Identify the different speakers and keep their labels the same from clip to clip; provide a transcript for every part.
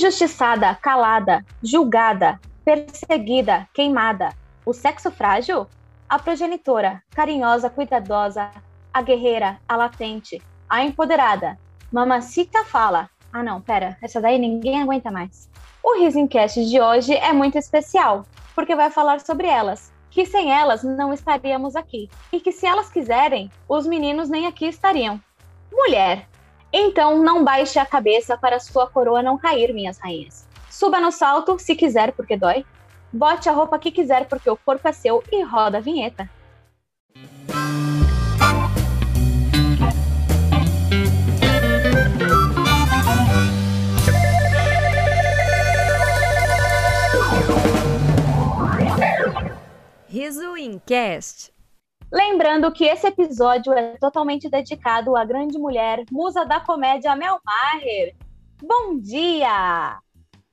Speaker 1: Injustiçada, calada, julgada, perseguida, queimada. O sexo frágil? A progenitora, carinhosa, cuidadosa, a guerreira, a latente, a empoderada. Mamacita fala. Ah, não, pera, essa daí ninguém aguenta mais. O Risencast de hoje é muito especial, porque vai falar sobre elas, que sem elas não estaríamos aqui, e que se elas quiserem, os meninos nem aqui estariam. Mulher, então não baixe a cabeça para sua coroa não cair, minhas rainhas. Suba no salto se quiser, porque dói. Bote a roupa que quiser, porque o corpo é seu, e roda a vinheta.
Speaker 2: Riso Incast.
Speaker 1: Lembrando que esse episódio é totalmente dedicado à grande mulher, musa da comédia Mel Maher. Bom dia!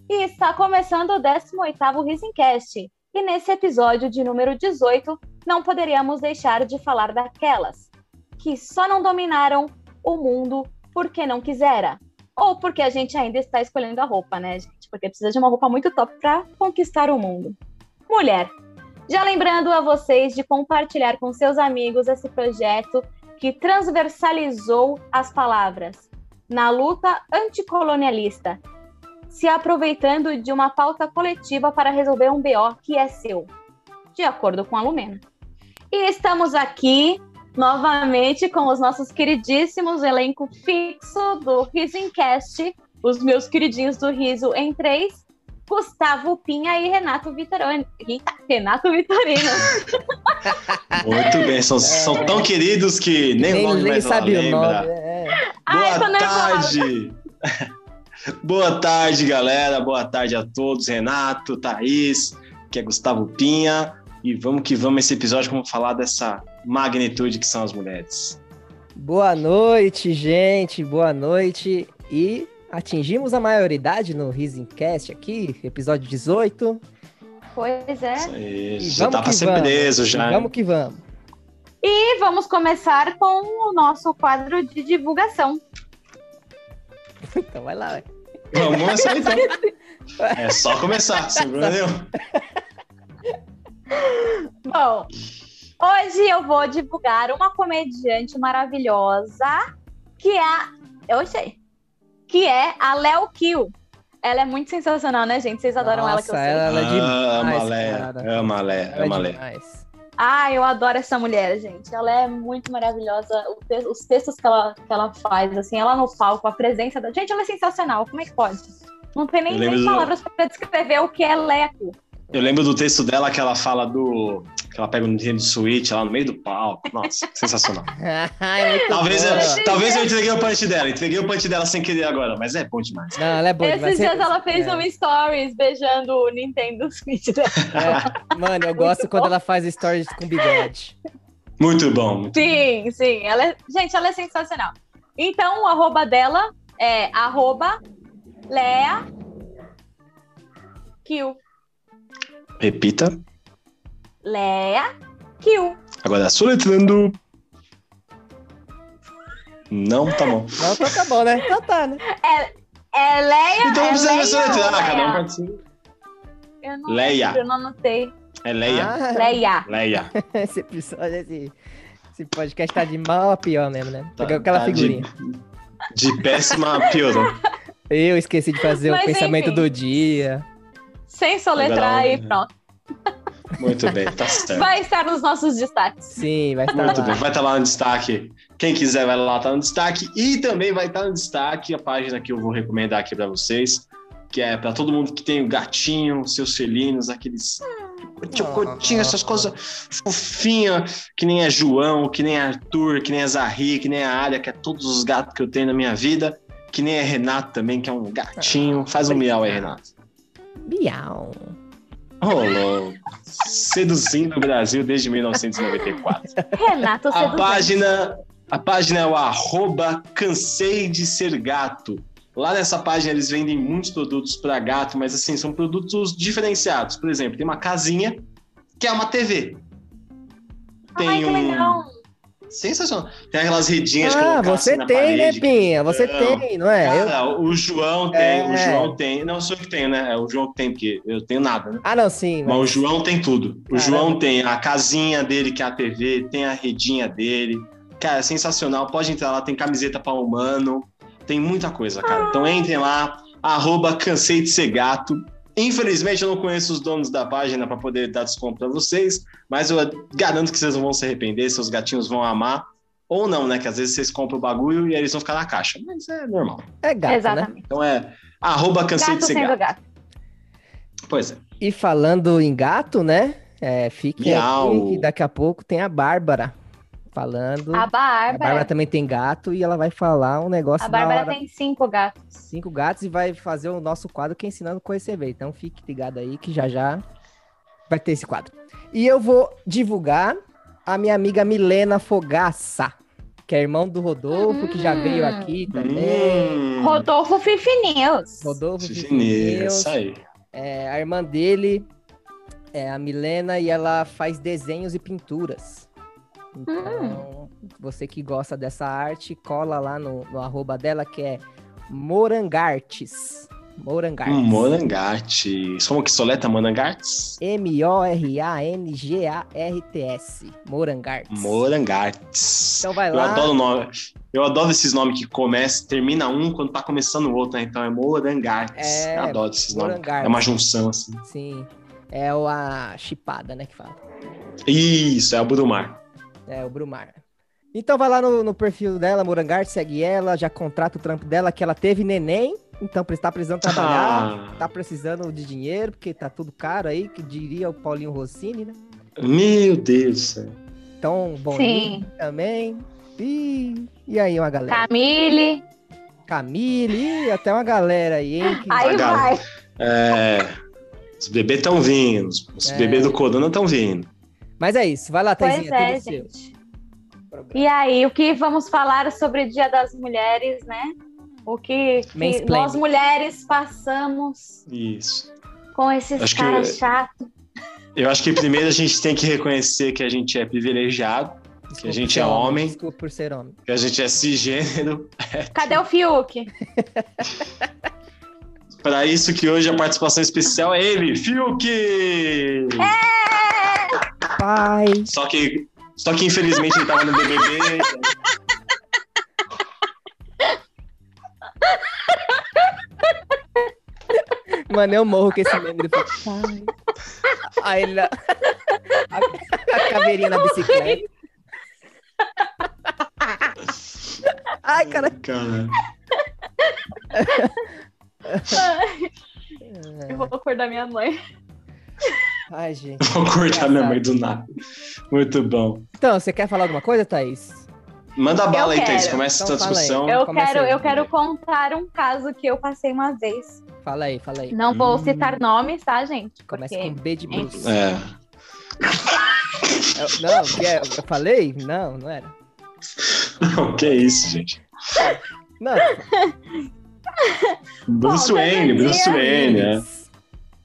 Speaker 1: E está começando o 18º Risencast. E nesse episódio de número 18, não poderíamos deixar de falar daquelas que só não dominaram o mundo porque não quisera. Ou porque a gente ainda está escolhendo a roupa, né, gente? Porque precisa de uma roupa muito top para conquistar o mundo. Mulher, já lembrando a vocês de compartilhar com seus amigos esse projeto que transversalizou as palavras na luta anticolonialista, se aproveitando de uma pauta coletiva para resolver um BO que é seu, de acordo com a Lumena. E estamos aqui novamente com os nossos queridíssimos elenco fixo do Risencast, os meus queridinhos do Riso em 3, Gustavo Pinha e Renato Vitorino. Renato Vitorino.
Speaker 3: Muito bem,
Speaker 1: É.
Speaker 3: são, são tão queridos que nem,
Speaker 4: Nem,
Speaker 3: o nome
Speaker 4: nem
Speaker 3: mais ela
Speaker 4: sabe o
Speaker 3: lembra.
Speaker 4: nome. é.
Speaker 1: Ai,
Speaker 3: Boa
Speaker 1: quando eu falava-
Speaker 3: tarde! Boa tarde, galera. Boa tarde a todos. Renato, Thaís, que é Gustavo Pinha. E vamos que vamos esse episódio, vamos falar dessa magnitude que são as mulheres.
Speaker 4: Boa noite, gente. Boa noite. E atingimos a maioridade no Risencast aqui, episódio 18.
Speaker 1: Pois é.
Speaker 3: Isso aí,
Speaker 4: E
Speaker 3: já
Speaker 4: vamos
Speaker 3: tava
Speaker 4: que
Speaker 3: sendo
Speaker 4: vamos.
Speaker 3: preso já.
Speaker 4: Vamos que vamos.
Speaker 1: E vamos começar com o nosso quadro de divulgação.
Speaker 4: Então vai lá. ué.
Speaker 3: Vamos começar então. É só começar, segura eu.
Speaker 1: Bom, hoje eu vou divulgar uma comediante maravilhosa que é a. Eu sei. Que é a Léo Kill. Ela é muito sensacional, né, gente? Vocês adoram ela que eu
Speaker 4: Nossa,
Speaker 1: sei.
Speaker 4: Ela é demais,
Speaker 3: Ama Lé,
Speaker 4: cara.
Speaker 3: ama Lé,
Speaker 4: Ela
Speaker 3: ama
Speaker 4: é
Speaker 3: Lé.
Speaker 4: demais.
Speaker 1: Ah, eu adoro essa mulher, gente. Ela é muito maravilhosa. O te- os textos que ela, que ela faz, assim, ela no palco, a presença da. Gente, ela é sensacional. Como é que pode? Não tem nem,
Speaker 3: Eu lembro
Speaker 1: nem
Speaker 3: do-
Speaker 1: palavras para descrever o que é Leco.
Speaker 3: Eu lembro do texto dela que ela fala do. que ela pega o Nintendo Switch lá no meio do palco. Nossa, sensacional.
Speaker 4: É muito
Speaker 3: Talvez,
Speaker 4: boa.
Speaker 3: eu, talvez eu entreguei o punch dela, entreguei o punch dela sem querer agora, mas é bom demais.
Speaker 4: Não, ela é boa demais.
Speaker 1: Esses dias
Speaker 4: Você-
Speaker 1: ela fez
Speaker 4: é.
Speaker 1: um stories beijando o Nintendo Switch dela.
Speaker 4: É. Mano, eu gosto
Speaker 1: Muito
Speaker 4: quando
Speaker 1: bom.
Speaker 4: ela faz stories com bigode.
Speaker 3: Muito bom. muito
Speaker 1: Sim, sim. Ela é- Gente, ela é sensacional. Então, o arroba dela é arroba Lea Kill.
Speaker 3: bom. Repita.
Speaker 1: Lea Kill.
Speaker 3: Agora, soletrando. Não, tá bom.
Speaker 4: Não, então tá bom, né? Então tá, né?
Speaker 1: É Leia.
Speaker 3: Então
Speaker 1: é
Speaker 3: não precisa
Speaker 1: Leia ou
Speaker 3: soletrar,
Speaker 1: Lea?
Speaker 3: cada um participa.
Speaker 1: Eu não
Speaker 3: Leia.
Speaker 1: lembro, eu não anotei.
Speaker 3: É Leia.
Speaker 4: Ah,
Speaker 1: Leia.
Speaker 3: Leia.
Speaker 4: Esse episódio, esse, esse podcast tá de mal a pior mesmo, né?
Speaker 3: Tá-
Speaker 4: Pegou aquela
Speaker 3: tá
Speaker 4: figurinha.
Speaker 3: De, de péssima a pior.
Speaker 4: Eu esqueci de fazer
Speaker 1: Mas,
Speaker 4: o pensamento
Speaker 1: enfim.
Speaker 4: do dia.
Speaker 1: Sem soletrar
Speaker 3: Legal,
Speaker 1: e
Speaker 3: né?
Speaker 1: pronto.
Speaker 3: Muito bem, tá certo.
Speaker 1: Vai estar nos nossos destaques.
Speaker 4: Sim, vai estar
Speaker 3: Muito
Speaker 4: lá.
Speaker 3: Tá bem, vai estar lá no destaque. Quem quiser vai lá, tá no destaque. E também vai estar no destaque a página que eu vou recomendar aqui para vocês, que é para todo mundo que tem o gatinho, seus felinos, aqueles chocotinhos, essas coisas fofinhas, que nem é João, que nem é Arthur, que nem é Zahri, que nem é Alia, que é todos os gatos que eu tenho na minha vida, que nem é Renato também, que é um gatinho. Faz um miau aí, Renato.
Speaker 4: Miau.
Speaker 3: Rolou. Seduzindo o Brasil desde 1994.
Speaker 1: Renato é
Speaker 3: A
Speaker 1: Seduzente.
Speaker 3: página, a página é o arroba cansei de ser gato. Lá nessa página eles vendem muitos produtos para gato, mas assim, são produtos diferenciados. Por exemplo, tem uma casinha que é uma TV.
Speaker 1: Ai, que
Speaker 3: um-
Speaker 1: legal.
Speaker 3: Sensacional. Tem aquelas redinhas
Speaker 4: Ah,
Speaker 3: colocadas
Speaker 4: você
Speaker 3: assim na
Speaker 4: tem, né,
Speaker 3: parede.
Speaker 4: Pinha? Você
Speaker 3: Não.
Speaker 4: tem, não é? Eu-
Speaker 3: Cara, o João tem,
Speaker 4: É.
Speaker 3: o João tem. Não sou eu que tenho, né? É o João que tem, porque eu tenho nada, né?
Speaker 4: Ah, não, sim.
Speaker 3: Mas o João tem tudo. O
Speaker 4: Caramba.
Speaker 3: João tem a casinha dele, que é a TV, tem a redinha dele. Cara, é sensacional. Pode entrar lá, tem camiseta para humano, tem muita coisa, cara. Então entrem lá, arroba cansei de ser gato. Infelizmente eu não conheço os donos da página para poder dar desconto para vocês, mas eu garanto que vocês não vão se arrepender, seus gatinhos vão amar. Ou não, né? Que às vezes vocês compram o bagulho e aí eles vão ficar na caixa. Mas é normal.
Speaker 4: É gato, né?
Speaker 1: Exatamente.
Speaker 3: Então é arroba cansei
Speaker 1: Gato
Speaker 3: de ser
Speaker 1: sendo
Speaker 3: gato.
Speaker 1: gato.
Speaker 3: Pois é.
Speaker 4: E falando em gato, né? É, fique
Speaker 3: Miau.
Speaker 4: aqui que daqui a pouco tem a Bárbara falando.
Speaker 1: A
Speaker 4: A Bárbara
Speaker 1: Bárbara.
Speaker 4: também tem gato e ela vai falar um negócio
Speaker 1: A
Speaker 4: da
Speaker 1: Bárbara
Speaker 4: hora.
Speaker 1: tem cinco gatos.
Speaker 4: Cinco gatos e vai fazer o nosso quadro que é ensinando com esse EV. Então fique ligado aí que já já vai ter esse quadro. E eu vou divulgar a minha amiga Milena Fogaça, que é irmão do Rodolfo, que já veio aqui também.
Speaker 3: Hum.
Speaker 1: Rodolfo Fifi News.
Speaker 4: Rodolfo
Speaker 3: Fifineiro,
Speaker 4: Fifineus.
Speaker 3: Hum, isso aí.
Speaker 4: É, a irmã dele é a Milena e ela faz desenhos e pinturas. Então, você que gosta dessa arte, cola lá no, no arroba dela que é Morangartes. Morangartes.
Speaker 3: Hum, Um Morangates. Como que soleta Morangates?
Speaker 4: M-O-R-A-N-G-A-R-T-S. Morangartes.
Speaker 3: Morangates.
Speaker 4: Então vai
Speaker 3: Eu
Speaker 4: lá.
Speaker 3: adoro o nome. Eu adoro esses nomes que começa, termina um quando tá começando o outro, né? Então é Morangates.
Speaker 4: É,
Speaker 3: eu adoro esses nomes.
Speaker 4: Morangates.
Speaker 3: É uma junção, assim.
Speaker 4: Sim. É o, a chipada, né, que fala.
Speaker 3: Isso, é o Brumar.
Speaker 4: É, o Brumar. Então vai lá no, no perfil dela, Morangarte, segue ela, já contrata o trampo dela, que ela teve neném, então pre- tá precisando trabalhar,
Speaker 3: Ah,
Speaker 4: tá precisando de dinheiro, porque tá tudo caro aí, que diria o Paulinho Rossini, né?
Speaker 3: Ah, meu Deus do céu.
Speaker 4: Então, Boninho
Speaker 1: Sim.
Speaker 4: também. E, e aí, uma galera.
Speaker 1: Camille.
Speaker 4: Camille, ih, até uma galera aí, hein? que-
Speaker 1: Aí
Speaker 3: Zagallo.
Speaker 1: vai.
Speaker 3: É, os bebês estão vindo. Os os
Speaker 4: É.
Speaker 3: bebês do Corona estão vindo.
Speaker 4: Mas é isso, vai lá,
Speaker 1: Pois
Speaker 4: Taizinha,
Speaker 1: é,
Speaker 4: tudo seu.
Speaker 1: gente. E aí, o que vamos falar sobre o Dia das Mulheres, né? O que, que
Speaker 4: Mansplaining.
Speaker 1: nós mulheres passamos
Speaker 3: Isso.
Speaker 1: com esses
Speaker 3: Acho que-
Speaker 1: caras chatos.
Speaker 3: Eu acho que primeiro a gente tem que reconhecer que a gente é privilegiado,
Speaker 4: Desculpa
Speaker 3: gente
Speaker 4: por ser
Speaker 3: é homem.
Speaker 4: Desculpa por ser homem.
Speaker 3: que a gente é cisgênero,
Speaker 1: Cadê o Fiuk?
Speaker 3: Para isso que hoje a participação especial é ele, Fiuk!
Speaker 4: Pai,
Speaker 3: Só que, só que infelizmente ele tava no BBB.
Speaker 4: mano, eu morro com esse meme do Pai. Aí ele... A, a caveirinha na bicicleta. Ai, cara.
Speaker 3: Cara,
Speaker 1: Eu vou acordar minha mãe.
Speaker 4: Ai, gente.
Speaker 3: vou cortar minha mãe do nada. Muito bom.
Speaker 4: Então, você quer falar alguma coisa, Thaís?
Speaker 3: Manda bala aí,
Speaker 1: quero.
Speaker 3: Thaís. Começa
Speaker 4: Então
Speaker 3: essa
Speaker 4: fala aí.
Speaker 3: discussão.
Speaker 1: Eu
Speaker 4: começa
Speaker 1: quero,
Speaker 4: aí,
Speaker 1: eu quero contar um caso que eu passei uma vez.
Speaker 4: Fala aí, fala aí.
Speaker 1: Não vou
Speaker 3: Hum.
Speaker 1: citar nomes, tá, gente?
Speaker 4: Começa
Speaker 1: Porque
Speaker 4: com B de Bruce.
Speaker 3: É.
Speaker 4: Eu- Não, que é- eu falei? Não, não era.
Speaker 3: Não, que isso, gente.
Speaker 4: Não.
Speaker 3: Bruce
Speaker 1: Bom,
Speaker 3: Wayne,
Speaker 1: Daniel
Speaker 3: Bruce Wayne, é.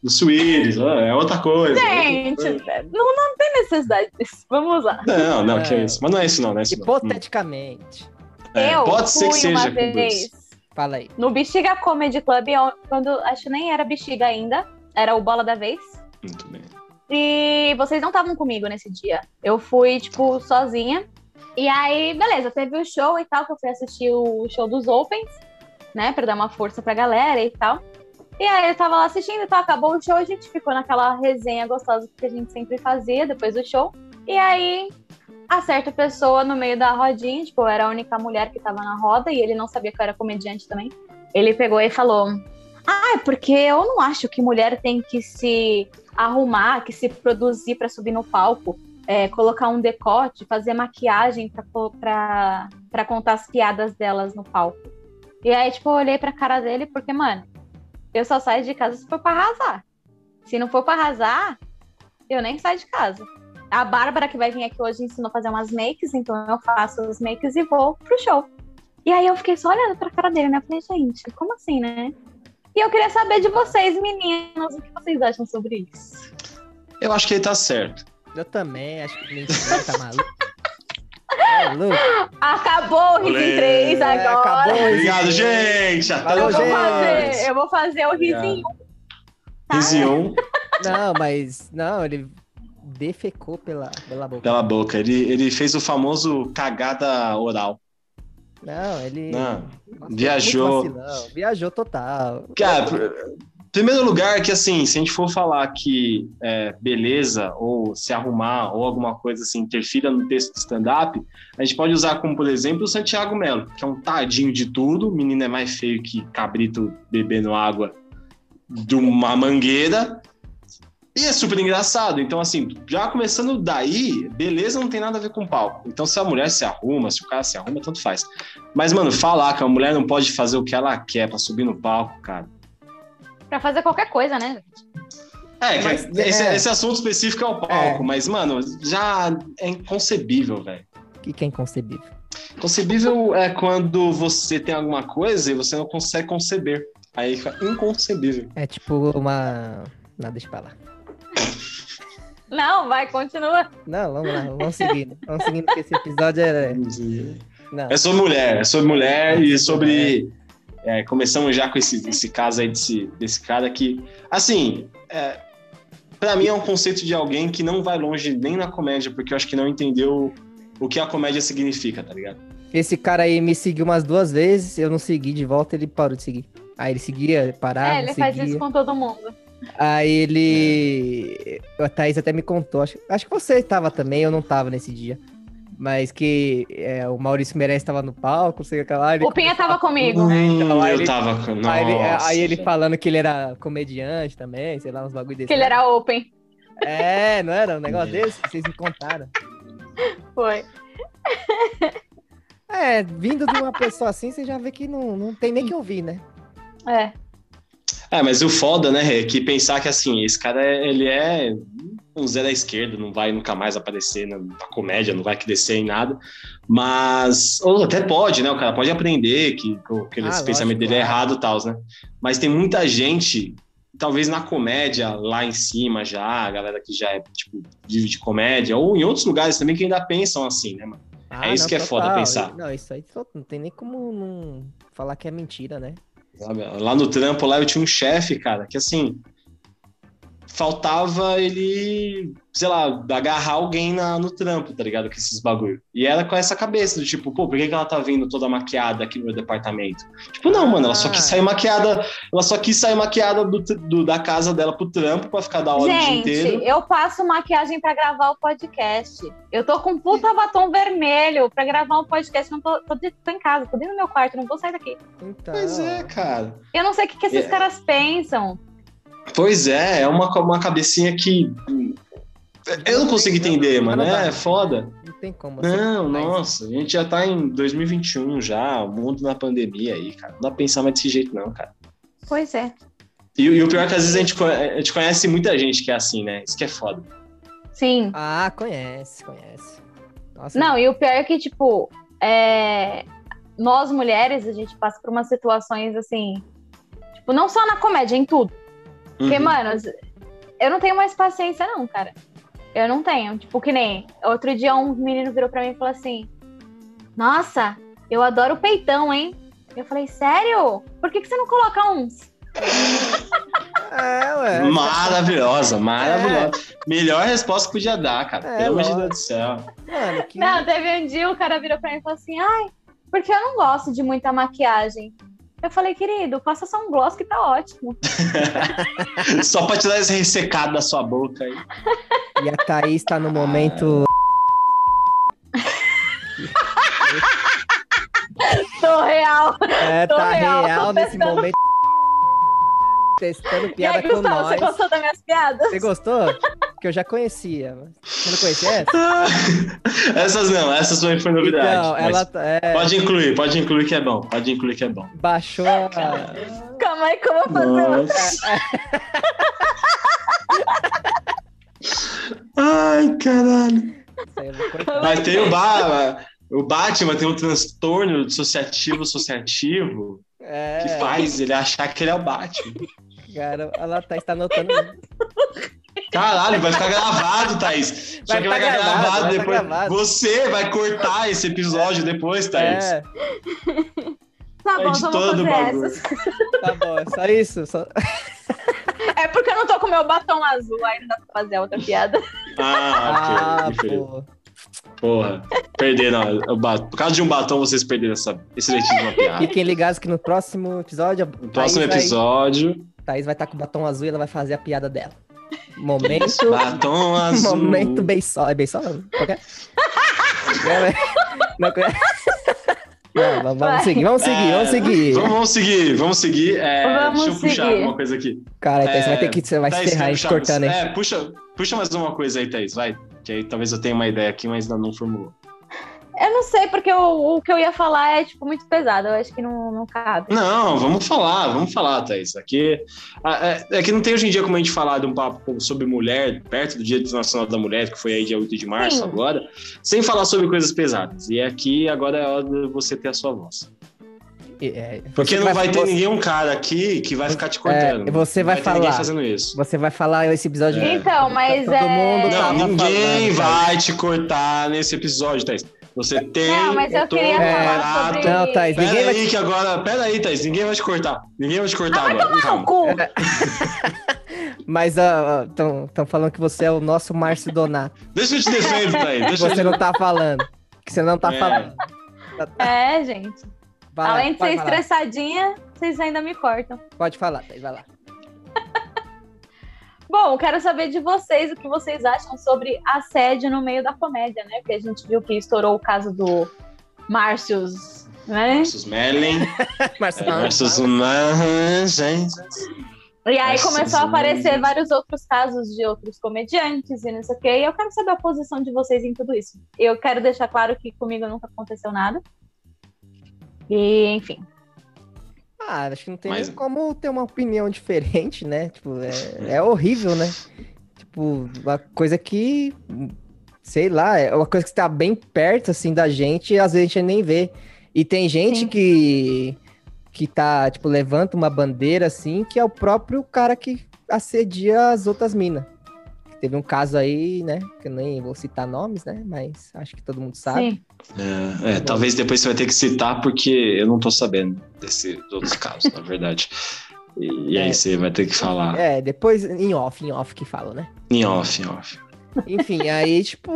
Speaker 3: Bruce Willis, ó, é outra coisa.
Speaker 1: Gente, é, não, não tem necessidade disso. Vamos lá.
Speaker 3: Não, não, que
Speaker 4: É.
Speaker 3: isso. Mas não é isso, não, não é isso. Não.
Speaker 4: Hipoteticamente.
Speaker 3: É,
Speaker 1: eu
Speaker 3: pode ser que
Speaker 1: fui
Speaker 3: seja
Speaker 1: uma
Speaker 3: com
Speaker 1: vez
Speaker 3: Bruce.
Speaker 4: Fala aí.
Speaker 1: no Bexiga Comedy Club, eu- quando acho que nem era Bexiga ainda, era o Bola da Vez.
Speaker 3: Muito bem.
Speaker 1: E vocês não estavam comigo nesse dia. Eu fui, tipo, sozinha. E aí, beleza, teve o show e tal, que eu fui assistir o show dos Opens, né? Pra dar uma força pra galera e tal. E aí eu tava lá assistindo e tal, acabou o show, a gente ficou naquela resenha gostosa que a gente sempre fazia depois do show. E aí, a certa pessoa no meio da rodinha, tipo, eu era a única mulher que tava na roda e ele não sabia que eu era comediante também. Ele pegou e falou: Ah, é porque eu não acho que mulher tem que se arrumar, que se produzir para subir no palco, é, colocar um decote, fazer maquiagem para contar as piadas delas no palco. E aí, tipo, eu olhei pra cara dele, porque, mano, eu só saio de casa se for pra arrasar. Se não for pra arrasar, eu nem saio de casa. A Bárbara, que vai vir aqui hoje, ensinou a fazer umas makes, então eu faço os makes e vou pro show. E aí eu fiquei só olhando pra cara dele, né? Eu falei, gente, como assim, né? E eu queria saber de vocês, meninas, o que vocês acham sobre isso?
Speaker 3: Eu acho que ele tá certo.
Speaker 4: Eu também, acho que mentira, tá maluco. É é louco.
Speaker 1: Acabou o Riso em
Speaker 3: Olê.
Speaker 1: 3
Speaker 4: É, acabou
Speaker 1: agora.
Speaker 4: o Riso em
Speaker 3: Obrigado,
Speaker 4: Três.
Speaker 3: gente! Até
Speaker 4: Valeu,
Speaker 1: Eu vou
Speaker 4: gente.
Speaker 1: fazer, eu vou fazer o Riso em
Speaker 3: Obrigado.
Speaker 1: 1. Tá?
Speaker 3: Risinho
Speaker 4: Não, mas. Não, ele defecou pela, pela boca.
Speaker 3: pela boca. Ele, ele fez o famoso cagada oral. né?
Speaker 4: Não, ele.
Speaker 3: Não.
Speaker 4: Nossa,
Speaker 3: viajou.
Speaker 4: muito vacilão, Viajou total.
Speaker 3: Cara, pr- primeiro lugar que assim, se a gente for falar que é, beleza ou se arrumar ou alguma coisa assim interfira no texto de stand-up, a gente pode usar como, por exemplo, o Santiago Melo, que é um tadinho de tudo, o menino é mais feio que cabrito bebendo água de uma mangueira. E é super engraçado. Então, assim, já começando daí, beleza não tem nada a ver com palco. Então, se a mulher se arruma, se o cara se arruma, tanto faz. Mas, mano, falar que a mulher não pode fazer o que ela quer pra subir no palco, cara.
Speaker 1: Pra fazer qualquer coisa, né?
Speaker 3: É,
Speaker 4: Mas,
Speaker 3: que esse,
Speaker 4: é.
Speaker 3: esse assunto específico é o palco, mas, mano, já é inconcebível, velho.
Speaker 4: O que, que é inconcebível?
Speaker 3: Concebível é quando você tem alguma coisa e você não consegue conceber. Aí fica inconcebível.
Speaker 4: É tipo uma. Não, deixa pra lá.
Speaker 1: Não, vai, continua.
Speaker 4: Não, vamos lá, vamos seguindo. Vamos seguindo, porque esse episódio era. Não.
Speaker 3: É sobre mulher, é sobre mulher e sobre. é, começamos já com esse, esse caso aí desse, desse cara que. Assim, é, para mim é um conceito de alguém que não vai longe nem na comédia, porque eu acho que não entendeu o que a comédia significa, tá ligado?
Speaker 4: Esse cara aí me seguiu umas duas vezes, eu não segui de volta, ele parou de seguir. Aí ele seguia, parava,
Speaker 1: é, ele
Speaker 4: seguia.
Speaker 1: faz isso com todo mundo.
Speaker 4: Aí ele.
Speaker 3: É.
Speaker 4: A Thaís até me contou, acho, acho que você estava também, eu não tava nesse dia. Mas que é, o Maurício Meirelles estava no palco, sei o que lá. ele
Speaker 1: O Pinha tava comigo.
Speaker 3: Hum,
Speaker 4: aí
Speaker 3: eu
Speaker 4: ele-
Speaker 3: tava com.
Speaker 4: Aí ele, é,
Speaker 3: Nossa,
Speaker 4: aí ele
Speaker 3: velho.
Speaker 4: falando que ele era comediante também, sei lá, uns bagulho desse.
Speaker 1: Que ele era open.
Speaker 4: É, não era um negócio desse? Vocês me contaram.
Speaker 1: Foi.
Speaker 4: É, vindo de uma pessoa assim, você já vê que não, não tem nem que ouvir, né?
Speaker 1: É.
Speaker 3: É, mas o foda, né, é que pensar que assim, esse cara, é- ele é um zé da esquerda, não vai nunca mais aparecer na, na comédia, não vai crescer em nada, mas, ou até pode, né, o cara pode aprender que, que
Speaker 4: Ah,
Speaker 3: esse
Speaker 4: lógico,
Speaker 3: pensamento dele é
Speaker 4: claro.
Speaker 3: errado e tal, né, mas tem muita gente, talvez na comédia, lá em cima já, a galera que já é, tipo, vive de comédia, ou em outros lugares também que ainda pensam assim, né, mano.
Speaker 4: Ah,
Speaker 3: isso que é foda pensar.
Speaker 4: Não, isso aí só- não tem nem como não falar que é mentira, né?
Speaker 3: Sabe? Lá no trampo, lá eu tinha um chefe, cara, que assim. Faltava ele, sei lá, agarrar alguém na, no trampo, tá ligado? Com esses bagulho. E era com essa cabeça do tipo, pô, por que, que ela tá vindo toda maquiada aqui no meu departamento? Tipo, não, mano, ela só quis
Speaker 4: Ah.
Speaker 3: sair maquiada, ela só quis sair maquiada do, tr- do- da casa dela pro trampo pra ficar da hora o dia inteiro.
Speaker 1: Gente, eu passo maquiagem pra gravar o podcast. Eu tô com um puta batom vermelho pra gravar um podcast. Não tô, tô, de- tô em casa, tô dentro do meu quarto, não vou sair daqui.
Speaker 4: Então.
Speaker 3: Pois é, cara.
Speaker 1: Eu não sei o que, que esses
Speaker 3: É.
Speaker 1: caras pensam.
Speaker 3: Pois é, é uma, uma cabecinha que. Eu não consigo entender, mano. É foda.
Speaker 4: Não tem como. assim.
Speaker 3: Não,
Speaker 4: Mas-
Speaker 3: nossa, a gente já tá em 2021 já, o mundo na pandemia aí, cara. Não dá pra pensar mais desse jeito, não, cara.
Speaker 1: Pois é.
Speaker 3: E, e o pior é que às vezes a gente, co- a gente conhece muita gente que é assim, né? Isso que é foda.
Speaker 1: Sim.
Speaker 4: Ah, conhece, conhece. Nossa,
Speaker 1: Não, e o pior é que, tipo, é, nós mulheres, a gente passa por umas situações assim. Tipo, não só na comédia, em tudo. Porque,
Speaker 3: Uhum.
Speaker 1: mano, eu não tenho mais paciência, não, cara. Eu não tenho. Tipo, que nem. Outro dia um menino virou pra mim e falou assim: Nossa, eu adoro peitão, hein? Eu falei, sério? Por que, que você não coloca uns?
Speaker 4: É, ué.
Speaker 3: Maravilhosa, maravilhosa. Melhor resposta que podia dar, cara.
Speaker 4: É,
Speaker 3: Pelo amor de
Speaker 4: lógico.
Speaker 3: Deus do céu.
Speaker 4: Mano, que...
Speaker 1: Não, teve um dia o cara virou pra mim e falou assim: Ai, porque eu não gosto de muita maquiagem. Eu falei, querido, passa só um gloss que tá ótimo.
Speaker 3: Só pra tirar esse ressecado da sua boca aí.
Speaker 4: E a Thaís tá no momento.
Speaker 1: Tô real.
Speaker 4: É,
Speaker 1: Tô
Speaker 4: tá
Speaker 1: real,
Speaker 4: real,
Speaker 1: tô
Speaker 4: nesse
Speaker 1: testando.
Speaker 4: momento. Testando
Speaker 1: E aí,
Speaker 4: piada com
Speaker 1: Gustavo, você
Speaker 4: nós.
Speaker 1: gostou das minhas piadas?
Speaker 4: Você gostou? Que eu já conhecia. mas- Você não conhecia essa?
Speaker 3: Essas não, essas foi, foi novidade.
Speaker 4: Então,
Speaker 3: mas
Speaker 4: ela tá- é,
Speaker 3: Pode incluir, pode incluir que é bom. Pode incluir que é bom.
Speaker 4: baixou a.
Speaker 1: Calma aí, como eu vou fazer uma
Speaker 3: Nossa. Ai, caralho.
Speaker 4: Sei lá, coitado.
Speaker 3: Mas tem o, ba o Batman tem um transtorno dissociativo associativo
Speaker 4: É,
Speaker 3: que faz ele achar que ele é o Batman.
Speaker 4: cara, ela tá, está anotando. mesmo.
Speaker 3: Caralho, vai ficar gravado, Thaís. Só
Speaker 4: Vai
Speaker 3: que
Speaker 4: tá
Speaker 3: vai ficar gravado,
Speaker 4: gravado, vai tá
Speaker 3: depois.
Speaker 4: gravado.
Speaker 3: Você vai cortar esse episódio depois, Thaís.
Speaker 4: É,
Speaker 1: Tá
Speaker 3: Tá
Speaker 1: bom, vamos
Speaker 3: editando o
Speaker 1: fazer
Speaker 3: bagulho.
Speaker 1: essas.
Speaker 4: tá bom, é só isso. Só...
Speaker 1: É porque eu não tô com meu batom azul, aí não dá pra fazer a outra piada.
Speaker 3: Ah,
Speaker 4: Ah,
Speaker 3: ok. perfeito.
Speaker 4: pô.
Speaker 3: Porra. Perderam o batom. Por causa de um batom, vocês perderam essa excelentíssima piada.
Speaker 4: Fiquem ligados que no próximo episódio. a
Speaker 3: No próximo
Speaker 4: Thaís vai-
Speaker 3: episódio,
Speaker 4: Thaís vai estar com o batom azul e ela vai fazer a piada dela. Momento.
Speaker 3: batom azul.
Speaker 4: Momento beisola. É beisola? Qualquer? Não, é- não, é- Não, vamos
Speaker 1: Vai.
Speaker 4: seguir, vamos seguir, vamos
Speaker 3: É,
Speaker 4: seguir.
Speaker 3: Vamos, vamos seguir, vamos seguir. É,
Speaker 1: Vamos
Speaker 3: deixa eu puxar
Speaker 1: seguir.
Speaker 3: alguma coisa aqui.
Speaker 4: Cara, então você vai
Speaker 3: É,
Speaker 4: ter que você vai se
Speaker 3: Thaís,
Speaker 4: ferrar né?
Speaker 3: quer
Speaker 4: aí,
Speaker 3: puxar-
Speaker 4: cortando aí.
Speaker 3: É, puxa, puxa mais uma coisa aí, Thaís, vai. Que aí talvez eu tenha uma ideia aqui, mas ainda não formulou.
Speaker 1: Eu não sei, porque o, o que eu ia falar é, tipo, muito pesado. Eu acho que não, não cabe.
Speaker 3: Não, vamos falar, vamos falar, Thaís. Aqui, a- é, é que não tem hoje em dia como a gente falar de um papo sobre mulher, perto do Dia Internacional da Mulher, que foi aí dia 8 de março
Speaker 1: Sim.
Speaker 3: agora, sem falar sobre coisas pesadas. E aqui agora é a hora de você ter a sua voz.
Speaker 4: É,
Speaker 3: Porque
Speaker 4: você
Speaker 3: não vai ter
Speaker 4: você-
Speaker 3: nenhum cara aqui que vai ficar te cortando.
Speaker 4: É, você vai
Speaker 3: não ter ninguém
Speaker 4: falar.
Speaker 3: fazendo isso.
Speaker 4: Você vai falar esse episódio.
Speaker 3: É.
Speaker 1: Então, mas
Speaker 4: Tá Todo
Speaker 1: é.
Speaker 4: mundo
Speaker 3: Não,
Speaker 4: tava
Speaker 3: ninguém
Speaker 4: falando,
Speaker 3: vai te cortar nesse episódio, Thaís. Você tem.
Speaker 1: Não, mas eu
Speaker 3: todo
Speaker 1: queria
Speaker 3: um
Speaker 1: falar
Speaker 3: aparato.
Speaker 1: sobre.
Speaker 4: Não, tá Thaís,
Speaker 3: Pera
Speaker 4: ninguém vai
Speaker 3: aí
Speaker 4: te-
Speaker 3: que agora. Pera aí, Thaís. Ninguém vai te cortar. Ninguém vai te cortar
Speaker 1: Ah, vai
Speaker 3: agora.
Speaker 1: tomar
Speaker 3: Calma.
Speaker 1: no cu!
Speaker 4: Mas ah, estão falando que você é o nosso Márcio Donato.
Speaker 3: Deixa eu te defender, Thaís. Deixa eu te...
Speaker 4: Você não tá falando. Que você não tá
Speaker 3: É.
Speaker 4: falando.
Speaker 1: É, gente.
Speaker 4: Vai lá,
Speaker 1: Além de
Speaker 4: pode
Speaker 1: ser
Speaker 4: falar.
Speaker 1: estressadinha, vocês ainda me cortam.
Speaker 4: Pode falar, Thaís, vai lá.
Speaker 1: Bom, quero saber de vocês o que vocês acham sobre assédio no meio da comédia, né? Porque a gente viu que estourou o caso do Márcios, né?
Speaker 3: Versus Merlin.
Speaker 4: Márcio
Speaker 3: é,
Speaker 4: Donato.
Speaker 3: Versus Marjan.
Speaker 1: E aí
Speaker 3: Nossa,
Speaker 1: começou a
Speaker 3: Jesus.
Speaker 1: aparecer vários outros casos de outros comediantes e não sei o quê. E eu quero saber a posição de vocês em tudo isso. Eu quero deixar claro que comigo nunca aconteceu nada. E, enfim.
Speaker 4: Ah, acho que não tem
Speaker 3: Mas-
Speaker 4: nem como ter uma opinião diferente, né? Tipo, é, é horrível, né? Tipo, uma coisa que, sei lá, é uma coisa que está bem perto, assim, da gente e às vezes a gente nem vê. E tem gente
Speaker 1: Sim.
Speaker 4: que, que tá, tipo, levanta uma bandeira, assim, que é o próprio cara que assedia as outras minas. Teve um caso aí, né? Que eu nem vou citar nomes, né? Mas acho que todo mundo sabe.
Speaker 1: Sim.
Speaker 3: É, é, talvez depois você vai ter que citar, porque eu não tô sabendo desse, dos outros casos, na verdade. E, e aí
Speaker 4: É.
Speaker 3: você vai ter que falar.
Speaker 4: É, depois em off, em off que falam, né?
Speaker 3: Em off, em off.
Speaker 4: Enfim, aí, tipo,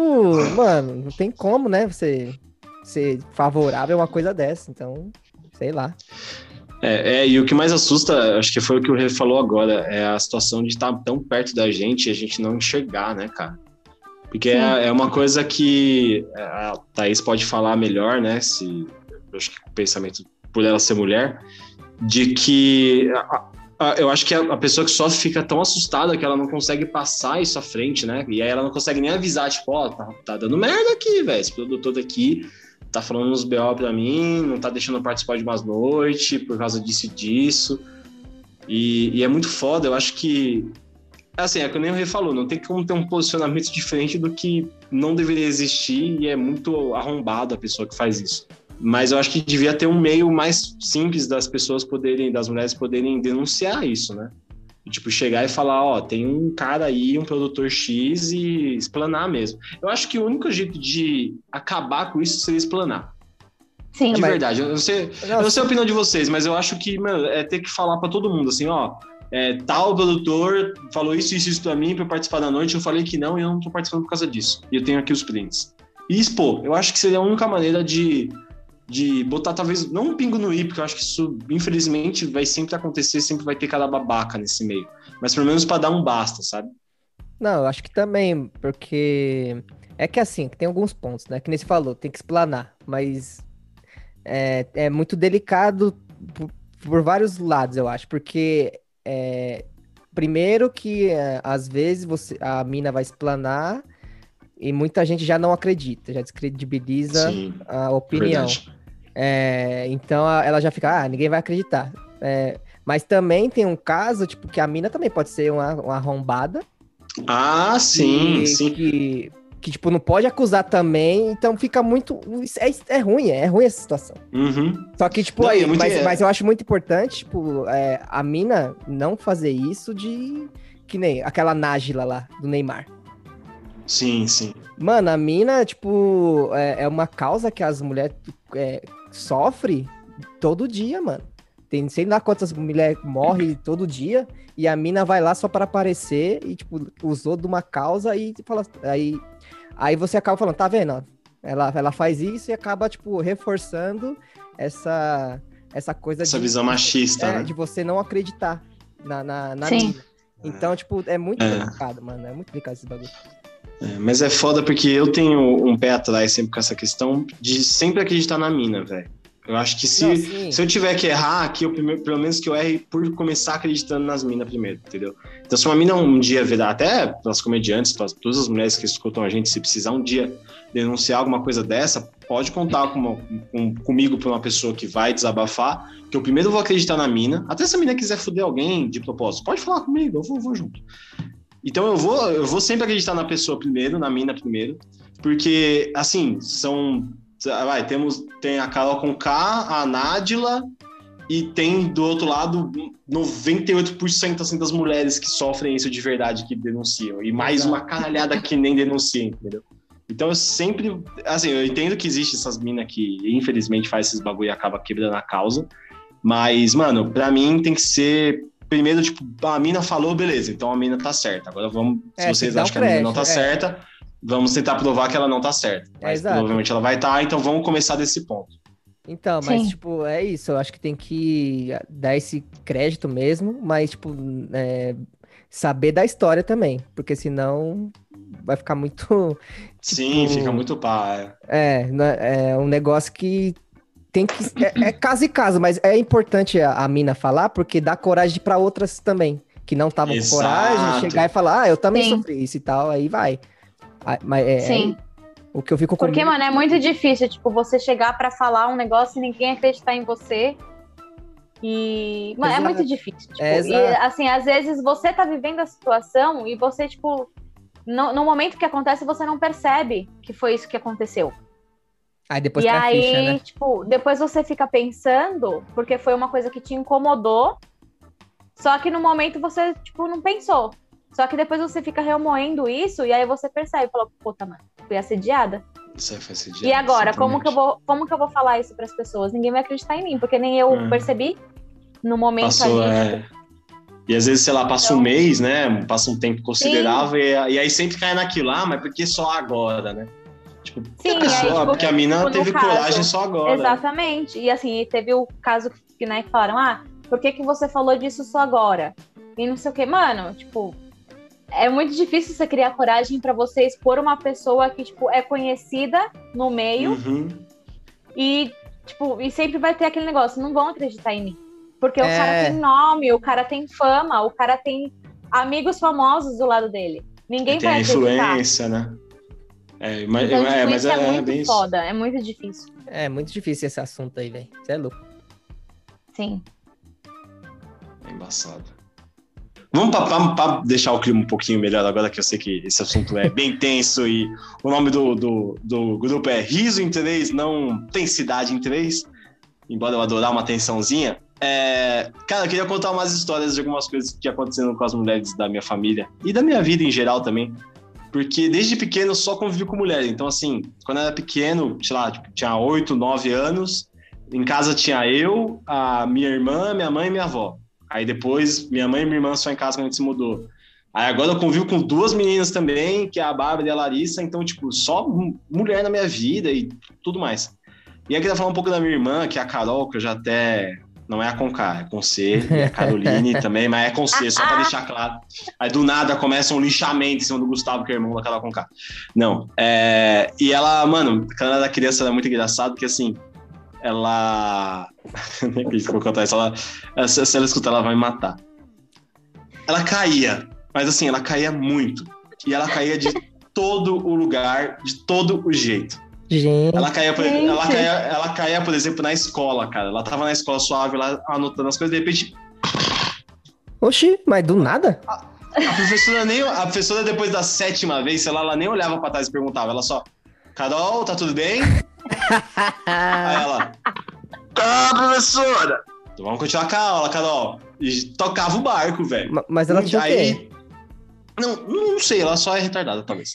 Speaker 4: mano, não tem como, né? Você ser favorável a uma coisa dessa. Então, sei lá.
Speaker 3: É, é, e o que mais assusta, acho que foi o que o Rê falou agora, é a situação de estar tão perto da gente e a gente não enxergar, né, cara? Porque é, é uma coisa que é, a Thaís pode falar melhor, né? Se eu acho que o pensamento por ela ser mulher, de que a- a- eu acho que a, a pessoa que sofre fica tão assustada que ela não consegue passar isso à frente, né? E aí ela não consegue nem avisar, tipo, ó, tá, tá dando merda aqui, velho. Esse produtor daqui tá falando uns BO pra mim, não tá deixando eu participar de umas noites por causa disso e disso. E, e é muito foda, eu acho que. Assim, é que nem o Rê falou, não tem como ter um posicionamento diferente do que não deveria existir e é muito arrombado a pessoa que faz isso. Mas eu acho que devia ter um meio mais simples das pessoas poderem, das mulheres poderem denunciar isso, né? Tipo, chegar e falar, ó, tem um cara aí, um produtor X e explanar mesmo. Eu acho que o único jeito de acabar com isso seria explanar.
Speaker 1: Sim.
Speaker 3: De
Speaker 4: mas-
Speaker 3: verdade, eu não sei, eu não sei a opinião de vocês, mas eu acho que, mano, é ter que falar pra todo mundo, assim, ó, é, tal produtor falou isso, isso, isso pra mim, pra eu participar da noite, eu falei que não e eu não tô participando por causa disso. E eu tenho aqui os prints. E expor, eu acho que seria a única maneira de, de botar, talvez, não um pingo no i, porque eu acho que isso, infelizmente, vai sempre acontecer, sempre vai ter cada babaca nesse meio. Mas pelo menos pra dar um basta, sabe?
Speaker 4: Não, eu acho que também, porque é que assim, que tem alguns pontos, né? Que nem você falou, tem que explanar, mas é, é muito delicado por, por vários lados, eu acho, porque é, primeiro que é, às vezes você, a mina vai explanar e muita gente já não acredita, já descredibiliza
Speaker 3: Sim, é
Speaker 4: a opinião.
Speaker 3: verdade.
Speaker 4: É, então a- ela já fica, ah, ninguém vai acreditar. É, mas também tem um caso, tipo, que a mina também pode ser uma, uma arrombada.
Speaker 3: Ah, sim,
Speaker 4: e
Speaker 3: sim.
Speaker 4: Que que, tipo, não pode acusar também, então fica muito. isso É, é ruim, é, ruim essa situação.
Speaker 3: Uhum.
Speaker 4: Só que, tipo,
Speaker 3: Não,
Speaker 4: aí,
Speaker 3: e é muito-
Speaker 4: mas,
Speaker 3: é.
Speaker 4: mas eu acho muito importante, tipo, é, a mina não fazer isso de. Que nem aquela Nájila lá, do Neymar.
Speaker 3: Sim, sim.
Speaker 4: Mano, a mina, tipo, é, é uma causa que as mulheres é, sofrem todo dia, mano. Tem sei lá quantas mulheres morrem todo dia e a mina vai lá só para aparecer e, tipo, usou de uma causa e fala. Aí, aí você acaba falando, tá vendo? ó? Ela, ela faz isso e acaba, tipo, reforçando essa, essa coisa
Speaker 3: Essa
Speaker 4: é de,
Speaker 3: visão machista,
Speaker 4: é,
Speaker 3: né?
Speaker 4: de você não acreditar na, na, na
Speaker 1: Sim.
Speaker 4: mina. Então, tipo, é muito
Speaker 3: É.
Speaker 4: complicado, mano. É muito complicado esse bagulho.
Speaker 3: É, mas é foda porque eu tenho um pé atrás sempre com essa questão de sempre acreditar na mina, velho. Eu acho que se,
Speaker 4: Não, assim-
Speaker 3: se eu tiver que errar aqui, eu primeiro- pelo menos que eu erre por começar acreditando nas minas primeiro, entendeu? Então, se uma mina um dia virar, até pras comediantes, para todas as mulheres que escutam a gente, se precisar um dia denunciar alguma coisa dessa, pode contar com uma- com- comigo pra uma pessoa que vai desabafar, que eu primeiro vou acreditar na mina. Até se a mina quiser foder alguém de propósito, pode falar comigo, eu vou, vou junto. Então eu vou, eu vou sempre acreditar na pessoa primeiro, na mina primeiro, porque assim, são. Vai, temos, tem a Carol com K, a Nádila, e tem do outro lado 98% assim, das mulheres que sofrem isso de verdade que denunciam. E mais uma caralhada que nem denuncia, entendeu? Então eu sempre. Assim, eu entendo que existe essas minas que, infelizmente, faz esses bagulho e acaba quebrando a causa. Mas, mano, pra mim tem que ser primeiro, tipo, a mina falou, beleza, então a mina tá certa. Agora vamos.
Speaker 4: É, tem
Speaker 3: se
Speaker 4: que
Speaker 3: vocês
Speaker 4: dar
Speaker 3: acham que
Speaker 4: um
Speaker 3: a mina não tá
Speaker 4: crédito, é.
Speaker 3: certa, vamos tentar provar que ela não tá certa.
Speaker 4: É,
Speaker 3: Mas
Speaker 4: exato.
Speaker 3: provavelmente ela vai estar, então vamos começar desse ponto.
Speaker 4: Então, mas,
Speaker 1: Sim.
Speaker 4: tipo, é isso. Eu acho que tem que dar esse crédito mesmo, mas, tipo, é, saber da história também. Porque senão vai ficar muito.
Speaker 3: Sim, fica muito pá. é.
Speaker 4: É, né, é um negócio que tem que. É, é caso e caso, mas é importante a, a mina falar, porque dá coragem pra outras também. Que não estavam com coragem,
Speaker 3: Exato.
Speaker 4: chegar e falar, ah, eu também
Speaker 1: Sim.
Speaker 4: sofri isso e tal, aí vai. Ah, Mas é,
Speaker 1: Sim.
Speaker 4: o que eu fico com
Speaker 1: Porque, mano, é muito difícil, tipo, você chegar pra falar um negócio e ninguém acreditar em você. E, mano,
Speaker 4: Exato.
Speaker 1: é muito difícil. Tipo,
Speaker 4: É,
Speaker 1: e,
Speaker 4: exato.
Speaker 1: assim, às vezes você tá vivendo a situação e você, tipo, no, no momento que acontece, você não percebe que foi isso que aconteceu.
Speaker 4: Aí depois
Speaker 1: e
Speaker 4: cai a
Speaker 1: aí,
Speaker 4: ficha, né?
Speaker 1: tipo, depois você fica pensando, porque foi uma coisa que te incomodou, só que no momento você, tipo, não pensou. Só que depois você fica remoendo isso e aí você percebe, fala, puta, mano, fui assediada.
Speaker 3: Isso aí foi esse dia,
Speaker 1: e agora, como
Speaker 3: É, exatamente.
Speaker 1: que, eu vou, como que eu vou falar isso pras pessoas? Ninguém vai acreditar em mim, porque nem eu
Speaker 3: É.
Speaker 1: percebi no momento
Speaker 3: Passou,
Speaker 1: ali.
Speaker 3: é... E às vezes, sei lá, passa um
Speaker 1: Então-
Speaker 3: mês, né? Passa um tempo considerável e, e aí sempre cai naquilo, ah, mas por que só agora, né? Tipo, porque
Speaker 1: Sim, aí,
Speaker 3: a pessoa,
Speaker 1: tipo,
Speaker 3: porque a mina
Speaker 1: tipo, no
Speaker 3: teve
Speaker 1: caso,
Speaker 3: coragem só né? agora.
Speaker 1: Exatamente. E assim, e teve o caso que, né, que falaram, ah, por que, que você falou disso só agora? E não sei o que, mano, tipo, é muito difícil você criar coragem pra você expor uma pessoa que, tipo, é conhecida no meio
Speaker 3: Uhum.
Speaker 1: e, tipo, e sempre vai ter aquele negócio, não vão acreditar em mim. Porque o
Speaker 4: É.
Speaker 1: cara tem nome, o cara tem fama, o cara tem amigos famosos do lado dele. Ninguém
Speaker 3: Tem
Speaker 1: vai
Speaker 3: a
Speaker 1: acreditar.
Speaker 3: influência, né? É, mas,
Speaker 1: Então,
Speaker 3: é,
Speaker 1: tipo,
Speaker 3: mas
Speaker 1: isso é,
Speaker 3: é, é
Speaker 1: muito
Speaker 3: bem isso.
Speaker 1: foda, é muito difícil.
Speaker 4: É muito difícil esse assunto aí, velho. Você é louco.
Speaker 1: Sim.
Speaker 3: É embaçado. Vamos para deixar o clima um pouquinho melhor agora, que eu sei que esse assunto é bem tenso e o nome do, do, do grupo é Riso em Três, não Tensidade em Três, embora eu adorar uma tensãozinha. É, cara, eu queria contar umas histórias de algumas coisas que aconteceram com as mulheres da minha família e da minha vida em geral também. Porque desde pequeno eu só convivi com mulher. Então, assim, quando eu era pequeno, sei lá, tipo, tinha 8, 9 anos, em casa tinha eu, a minha irmã, minha mãe e minha avó. Aí depois, minha mãe e minha irmã só em casa quando a gente se mudou. Aí agora eu convivo com duas meninas também, que é a Bárbara e a Larissa, então, tipo, só mu- mulher na minha vida e tudo mais. E aí eu queria falar um pouco da minha irmã, que é a Carol, que eu já até. Não é a Conká, é com C, e a Caroline também, mas é com C, só pra deixar claro. Aí do nada começa um lixamento em cima do Gustavo, que é irmão da Carol Conká. Não, é... E ela, mano, quando ela era criança, ela é muito engraçada, porque assim, ela. Nem acredito que eu vou contar isso, ela ela- Se se ela escutar, ela vai me matar. Ela caía, mas assim, ela caía muito. E ela caía de todo o lugar, de todo o jeito.
Speaker 4: Gente.
Speaker 3: Ela caía, por,
Speaker 1: Gente.
Speaker 3: ela, caía, ela caía, por exemplo, na escola, cara. Ela tava na escola suave, lá anotando as coisas, de repente,
Speaker 4: Oxi, mas do nada?
Speaker 3: A professora, nem, a professora, depois da sétima vez, sei lá, ela nem olhava pra trás e perguntava. Ela só, Carol, tá tudo bem? Aí ela, tá, professora. Então vamos continuar com a aula, Carol. E tocava o barco, velho.
Speaker 4: Ma- Mas ela tinha o quê?
Speaker 3: Aí, não, não sei, ela só é retardada, talvez.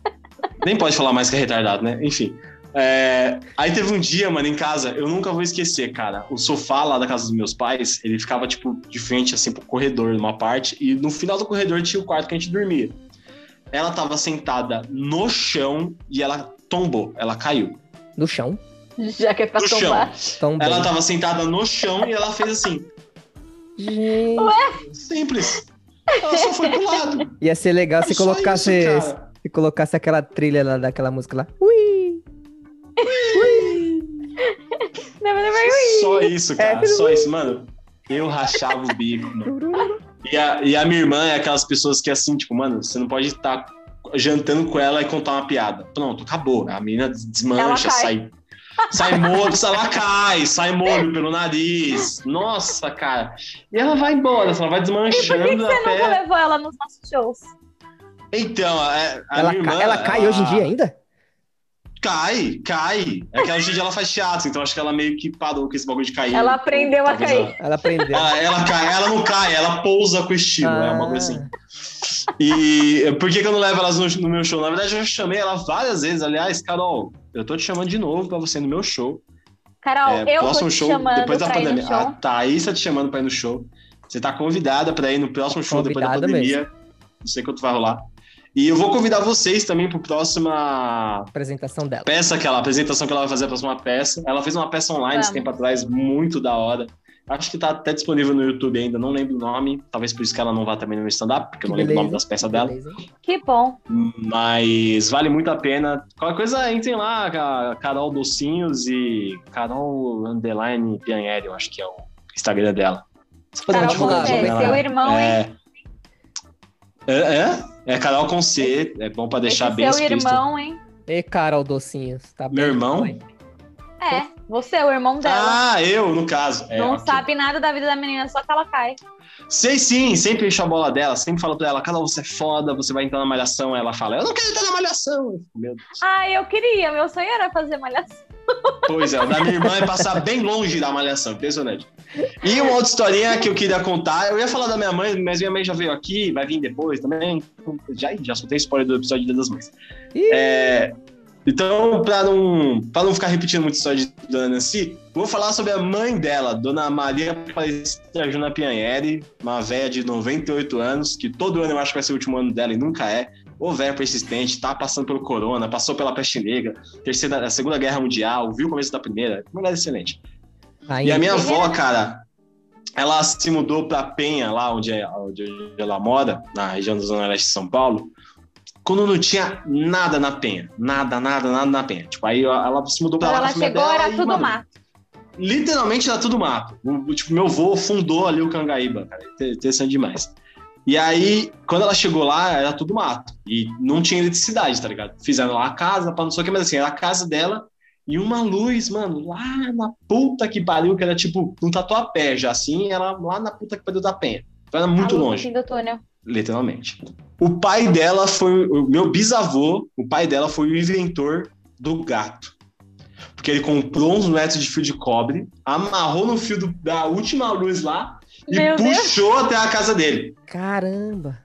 Speaker 3: nem pode falar mais que é retardado, né? Enfim. É, aí teve um dia, mano, em casa, eu nunca vou esquecer, cara. O sofá lá da casa dos meus pais, ele ficava, tipo, de frente, assim, pro corredor, numa parte, e no final do corredor tinha o quarto que a gente dormia. Ela tava sentada no chão e ela tombou, ela caiu.
Speaker 4: No chão.
Speaker 1: Já que é pra
Speaker 3: No chão.
Speaker 1: tombar.
Speaker 4: Tão bem.
Speaker 3: Ela tá- tava sentada no chão e ela fez assim,
Speaker 4: Gente.
Speaker 3: simples. Ela só foi pro lado.
Speaker 4: Ia ser legal se
Speaker 3: É
Speaker 4: assim,
Speaker 3: Só
Speaker 4: colocasse,
Speaker 3: isso, cara.
Speaker 4: se colocasse aquela trilha lá daquela música lá. Ui!
Speaker 3: Só isso,
Speaker 1: É,
Speaker 3: cara. Só isso, mano. Eu rachava o bico, mano. E a, e a minha irmã é aquelas pessoas que, assim, tipo, mano, você não pode estar jantando com ela e contar uma piada. Pronto, acabou. A menina des-
Speaker 1: Ela
Speaker 3: desmancha,
Speaker 1: cai.
Speaker 3: sai. Sai molho, ela cai, sai molho pelo nariz. Nossa, cara. E ela vai embora,
Speaker 1: Por
Speaker 3: ela vai
Speaker 1: que, que
Speaker 3: desmanchando
Speaker 1: você nunca
Speaker 3: até.
Speaker 1: levou ela nos nossos shows?
Speaker 3: Então, a, a
Speaker 4: Ela,
Speaker 3: minha
Speaker 4: ca-
Speaker 3: irmã.
Speaker 4: ela cai hoje em dia ainda?
Speaker 3: Cai, cai. É que hoje em dia ela faz teatro, então acho que ela meio que parou com esse bagulho de cair.
Speaker 1: Ela aprendeu a
Speaker 3: Talvez
Speaker 1: cair.
Speaker 3: ela-
Speaker 4: Ela aprendeu.
Speaker 3: Ela, ela cai, ela não cai, ela pousa com estilo, é uma coisa
Speaker 1: Ah.
Speaker 3: assim. E por que, que eu não levo elas no, no meu show? Na verdade, eu já chamei ela várias vezes. Aliás, Carol, eu tô te chamando de novo pra você ir no meu show.
Speaker 1: Carol,
Speaker 3: É,
Speaker 1: eu tô te chamando
Speaker 3: depois da
Speaker 1: pra ir no
Speaker 3: pandemia.
Speaker 1: show.
Speaker 3: A Thaís tá te chamando pra ir no show. Você tá convidada pra ir no próximo show depois da
Speaker 4: Convidada
Speaker 3: pandemia. Não sei quanto vai rolar. E eu vou convidar vocês também pro próxima
Speaker 4: apresentação dela.
Speaker 3: peça que ela, a apresentação que ela vai fazer, a próxima peça. Ela fez uma peça online esse
Speaker 1: Vamos.
Speaker 3: tempo atrás, muito da hora. Acho que tá até disponível no YouTube ainda, não lembro o nome. Talvez por isso que ela não vá também no stand-up, porque eu não lembro o nome das peças dela.
Speaker 4: Beleza.
Speaker 1: Que bom.
Speaker 3: Mas vale muito a pena. Qualquer coisa, entrem lá, Ca- Carol Docinhos e Carol Underline Pianieri, eu acho que é o Instagram dela. Só fazer um uma
Speaker 1: Carol
Speaker 3: divulgação
Speaker 4: divulgar,
Speaker 1: Conce,
Speaker 4: vamos
Speaker 3: dela.
Speaker 1: seu irmão, hein?
Speaker 3: É... É, é, é Carol com C, é bom pra deixar
Speaker 1: Esse
Speaker 3: bem
Speaker 1: seu
Speaker 3: explícito.
Speaker 1: irmão, hein?
Speaker 4: E Carol Docinhos, tá bem?
Speaker 3: Meu irmão?
Speaker 4: Oi.
Speaker 1: É, você é o irmão dela.
Speaker 3: Ah, eu, no caso. É,
Speaker 1: não
Speaker 3: ok.
Speaker 1: sabe nada da vida da menina, só que ela cai.
Speaker 3: Sei sim, sempre enche a bola dela, sempre fala pra ela, Carol, você é foda, você vai entrar na malhação. Ela fala, eu não quero entrar na malhação. Eu fico, Meu Deus.
Speaker 1: Ai, Ah, eu queria, meu sonho era fazer malhação.
Speaker 3: Pois é, o da minha irmã é passar bem longe da malhação, impressionante. E uma outra historinha que eu queria contar, eu ia falar da minha mãe, mas minha mãe já veio aqui, vai vir depois também. Já, já soltei spoiler do episódio de Dia das Mães.
Speaker 4: Ih,
Speaker 3: É, então, pra não, pra não ficar repetindo muito a história de Dona Nancy, vou falar sobre a mãe dela, Dona Maria Aparecida Juna Pianieri, uma velha de 98 anos, que todo ano eu acho que vai ser o último ano dela e nunca é. Ô velha persistente, tá passando pelo corona, passou pela peste negra, terceira, a Segunda Guerra Mundial, viu o começo da Primeira, mulher excelente. E
Speaker 4: ainda.
Speaker 3: a minha
Speaker 1: Entendi.
Speaker 3: avó, cara, ela se mudou pra Penha, lá onde, é- onde ela mora, na região da Zona Leste de São Paulo, quando não tinha nada na Penha. Nada, nada, nada na Penha. Tipo, aí ela se mudou pra
Speaker 1: Quando
Speaker 3: lá. com a
Speaker 1: ela
Speaker 3: família
Speaker 1: chegou,
Speaker 3: dela
Speaker 1: era
Speaker 3: e,
Speaker 1: tudo
Speaker 3: mano,
Speaker 1: mato.
Speaker 3: Literalmente era tudo mato. O- o- Tipo, meu avô fundou ali o Cangaíba, cara. Inter- Interessante demais. E aí, quando ela chegou lá, era tudo mato. E não tinha eletricidade, tá ligado? Fizeram lá a casa, pra não sei o que, mas assim, era a casa dela e uma luz, mano, lá na puta que pariu, que era tipo um tatuapé já, assim, era lá na puta que pariu da penha. Então era muito
Speaker 1: A luz no
Speaker 3: longe
Speaker 1: fim do túnel.
Speaker 3: literalmente. O pai dela foi o meu bisavô, o pai dela foi o inventor do gato. Porque ele comprou uns metros de fio de cobre, amarrou no fio do- da última luz lá e
Speaker 1: Meu Deus.
Speaker 3: puxou até a casa dele.
Speaker 4: Caramba.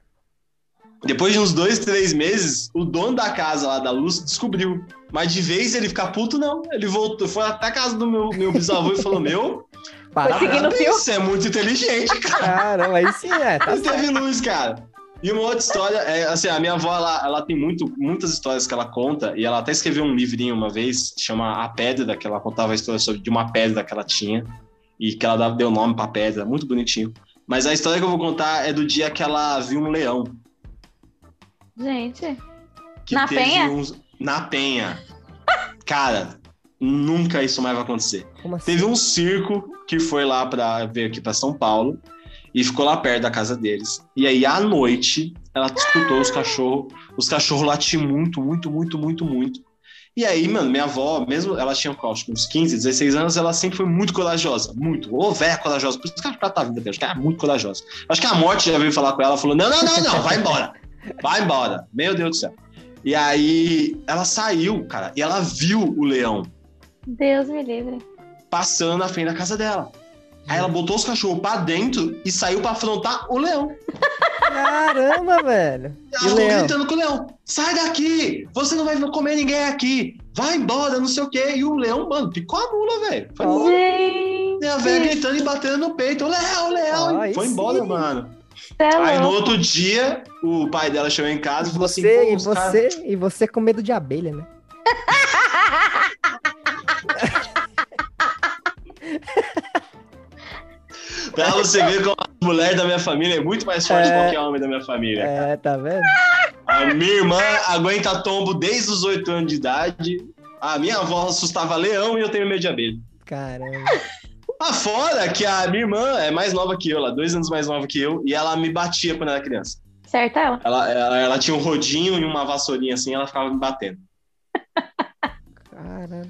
Speaker 3: Depois de uns dois, três meses, o dono da casa lá da luz descobriu. Mas de vez ele ficar puto, não. Ele voltou, foi até a casa do meu, meu bisavô e falou: Meu,
Speaker 1: Foi
Speaker 4: Parabéns.
Speaker 1: seguindo o fio.
Speaker 3: você é muito inteligente,
Speaker 4: Caramba, aí sim é. Tá
Speaker 3: Mas teve luz, cara. E uma outra história, é, assim, a minha avó, ela, ela tem muito, muitas histórias que ela conta, e ela até escreveu um livrinho uma vez, chama A Pedra, que ela contava a história sobre, de uma pedra que ela tinha, e que ela dava- deu nome pra pedra, muito bonitinho. Mas a história que eu vou contar é do dia que ela viu um leão.
Speaker 1: Gente,
Speaker 3: Que
Speaker 1: Na
Speaker 3: teve
Speaker 1: penha?
Speaker 3: uns- Na penha. Cara, nunca isso mais vai acontecer.
Speaker 4: Como assim?
Speaker 3: Teve um circo que foi lá para veio aqui para São Paulo e ficou lá perto da casa deles. E aí à noite ela escutou os cachorros, os cachorros latiam muito, muito, muito, muito, muito. E aí, mano, minha avó, mesmo ela tinha acho, uns 15, 16 anos, ela sempre foi muito corajosa. Muito. Ou velha corajosa. Por isso que ela tá viva até hoje, que ela é muito corajosa. Acho que a morte já veio falar com ela, falou: não, não, não, não, vai embora. Vai embora. Meu Deus do céu. E aí, ela saiu, cara, e ela viu o leão
Speaker 1: Deus me livre.
Speaker 3: passando na frente da casa dela. Aí um- ela botou os cachorros pra dentro e saiu pra afrontar o leão.
Speaker 4: Caramba, velho. E o
Speaker 3: Ela ficou
Speaker 4: leão?
Speaker 3: gritando com o leão: sai daqui! Você não vai comer ninguém aqui! Vai embora, não sei o quê. E o leão, mano, picou a mula, velho. Foi embora.
Speaker 1: Gente,
Speaker 3: E a velha gritando e batendo no peito. Léo, Léo!
Speaker 4: Aí
Speaker 3: e foi
Speaker 4: sim.
Speaker 3: embora, mano.
Speaker 1: cê é
Speaker 3: Aí no
Speaker 1: louco.
Speaker 3: outro dia, o pai dela chegou em casa e falou assim:
Speaker 4: Você
Speaker 3: "Pô,
Speaker 4: e
Speaker 3: os caras-
Speaker 4: você e você com medo de abelha, né?
Speaker 3: Pra você ver como a mulher da minha família é muito mais forte
Speaker 4: É.
Speaker 3: do que o homem da minha família.
Speaker 4: É, tá vendo?
Speaker 3: A minha irmã aguenta tombo desde os 8 anos de idade. A minha avó assustava leão e eu tenho medo de abelha.
Speaker 4: Caramba.
Speaker 3: Afora Ah, que a minha irmã é mais nova que eu, ela é dois anos mais nova que eu, e ela me batia quando era criança.
Speaker 1: Certo ela?
Speaker 3: Ela, ela, ela tinha um rodinho e uma vassourinha assim, ela ficava me batendo.
Speaker 4: Caramba.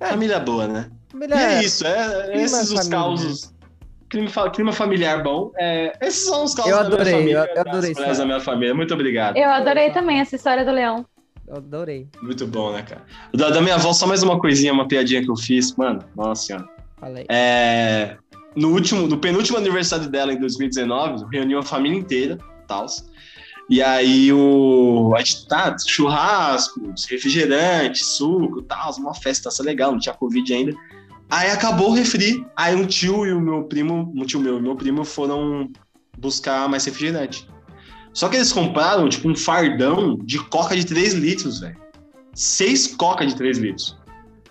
Speaker 3: Família boa, né? E
Speaker 4: Melhor.
Speaker 3: é isso, é,
Speaker 4: É. clima
Speaker 3: esses os
Speaker 4: familiar.
Speaker 3: causos. Clima, fa- clima familiar bom. É, esses são os causos
Speaker 4: Eu
Speaker 3: da
Speaker 4: adorei,
Speaker 3: minha família.
Speaker 4: eu- eu adorei
Speaker 3: das mulheres
Speaker 4: isso.
Speaker 3: da minha família. Muito obrigado.
Speaker 1: Eu adorei também essa história do leão.
Speaker 4: Eu adorei.
Speaker 3: Muito bom, né, cara? Da, da minha avó, só mais uma coisinha, uma piadinha que eu fiz. Mano, nossa senhora.
Speaker 4: Falei.
Speaker 3: É, no último, no penúltimo aniversário dela em 2019, reuniu a família inteira, tal. E aí o a gente tá, churrasco, refrigerante, suco, tal, uma festa essa legal, não tinha covid ainda. Aí acabou o refri, aí um tio e o meu primo, um tio meu e meu primo foram buscar mais refrigerante. Só que eles compraram tipo um fardão de coca de 3 litros, velho. Seis coca de 3 litros.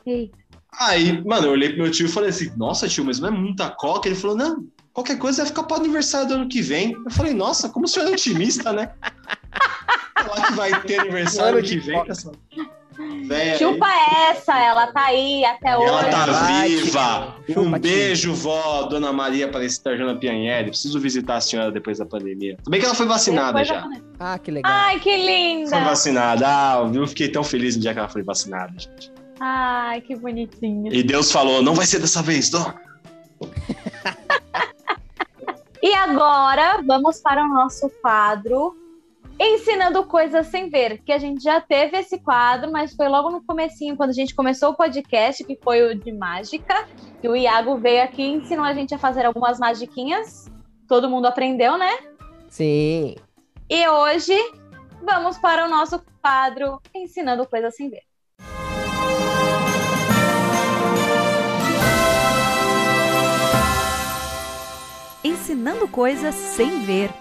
Speaker 1: Ei,
Speaker 3: Aí, mano, eu olhei pro meu tio e falei assim: Nossa, tio, mas não é muita coca? Ele falou: Não, qualquer coisa vai ficar pro aniversário do ano que vem. Eu falei: Nossa, como o senhor é otimista, né? Falar que vai ter aniversário
Speaker 4: Ano
Speaker 3: ano que
Speaker 4: de
Speaker 3: vem.
Speaker 4: coca.
Speaker 3: essa véia
Speaker 1: Chupa
Speaker 3: aí.
Speaker 1: essa, ela tá aí até hoje.
Speaker 3: É, Ela tá
Speaker 4: Vai,
Speaker 3: viva!
Speaker 4: tio.
Speaker 3: um
Speaker 4: Chupa, tio.
Speaker 3: beijo, vó, dona Maria Aparecida Arjona Pianelli. Preciso visitar a senhora depois da pandemia. Tudo bem que ela foi vacinada
Speaker 1: Depois
Speaker 3: já.
Speaker 1: eu-
Speaker 4: Ah, que legal.
Speaker 1: Ai, que
Speaker 3: Foi
Speaker 1: linda!
Speaker 3: vacinada. Ah, eu fiquei tão feliz no dia que ela foi vacinada, gente.
Speaker 1: Ai, que bonitinha.
Speaker 3: E Deus falou: Não vai ser dessa vez, dó.
Speaker 1: E agora vamos para o nosso quadro Ensinando Coisas Sem Ver, que a gente já teve esse quadro, mas foi logo no comecinho, quando a gente começou o podcast, que foi o de mágica, que o Iago veio aqui e ensinou a gente a fazer algumas magiquinhas. Todo mundo aprendeu, né?
Speaker 4: Sim.
Speaker 1: E hoje vamos para o nosso quadro Ensinando Coisas Sem Ver.
Speaker 2: Ensinando coisas sem ver.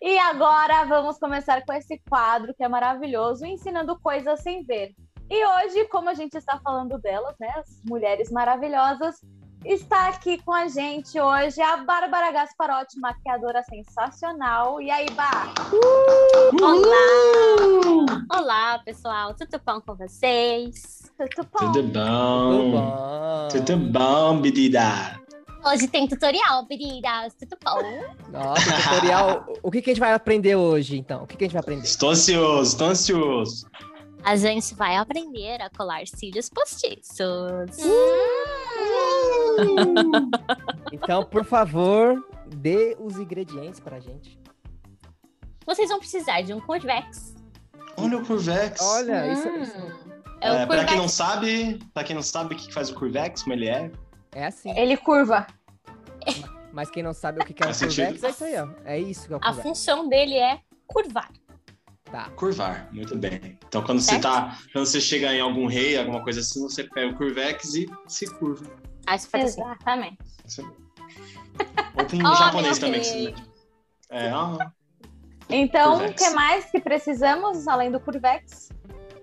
Speaker 1: E agora vamos começar com esse quadro que é maravilhoso, ensinando coisas sem ver. E hoje, como a gente está falando delas, né, as mulheres maravilhosas, está aqui com a gente hoje a Bárbara Gasparotti, maquiadora sensacional. E aí, Bá?
Speaker 5: Olá!
Speaker 4: Uh!
Speaker 5: Olá, pessoal, tudo bom com vocês?
Speaker 1: Tudo
Speaker 3: Tudo
Speaker 1: bom?
Speaker 4: Tudo
Speaker 3: bom?
Speaker 4: bom.
Speaker 3: Tudo bom, Bidida?
Speaker 5: Hoje tem tutorial, meninas, tudo bom?
Speaker 3: um-
Speaker 4: Nossa, tutorial. O que, que a gente vai aprender hoje, então? O que, que a gente vai aprender?
Speaker 3: Estou ansioso, estou ansioso.
Speaker 5: A gente vai aprender a colar cílios postiços.
Speaker 4: Uh! Então, por favor, dê os ingredientes pra gente.
Speaker 5: Vocês vão precisar de um convex.
Speaker 3: Olha o Curvex.
Speaker 4: Olha, isso, isso
Speaker 5: Hum. É
Speaker 3: É,
Speaker 5: o
Speaker 3: pra quem não
Speaker 5: convex.
Speaker 3: sabe, para quem não sabe o que que faz o Curvex, como ele é,
Speaker 4: é assim.
Speaker 1: Ele curva.
Speaker 4: Mas quem não sabe o que que é um
Speaker 3: Faz sentido.
Speaker 4: curvex, é isso aí, ó. É isso que é o
Speaker 5: A
Speaker 4: curvex.
Speaker 5: função dele é curvar.
Speaker 4: Tá.
Speaker 3: curvar. Muito bem. Então quando você
Speaker 5: Certo.
Speaker 3: tá, quando você chega em algum rei, alguma coisa assim, você pega o Curvex e se curva.
Speaker 5: Aí você faz assim.
Speaker 1: Exatamente.
Speaker 3: Isso é bom. Ou com
Speaker 5: Oh,
Speaker 3: um japonês
Speaker 5: meu
Speaker 3: também que se
Speaker 5: rei.
Speaker 3: mete. É, ah,
Speaker 1: Então, o
Speaker 3: Curvex.
Speaker 1: que mais que precisamos além do curvex?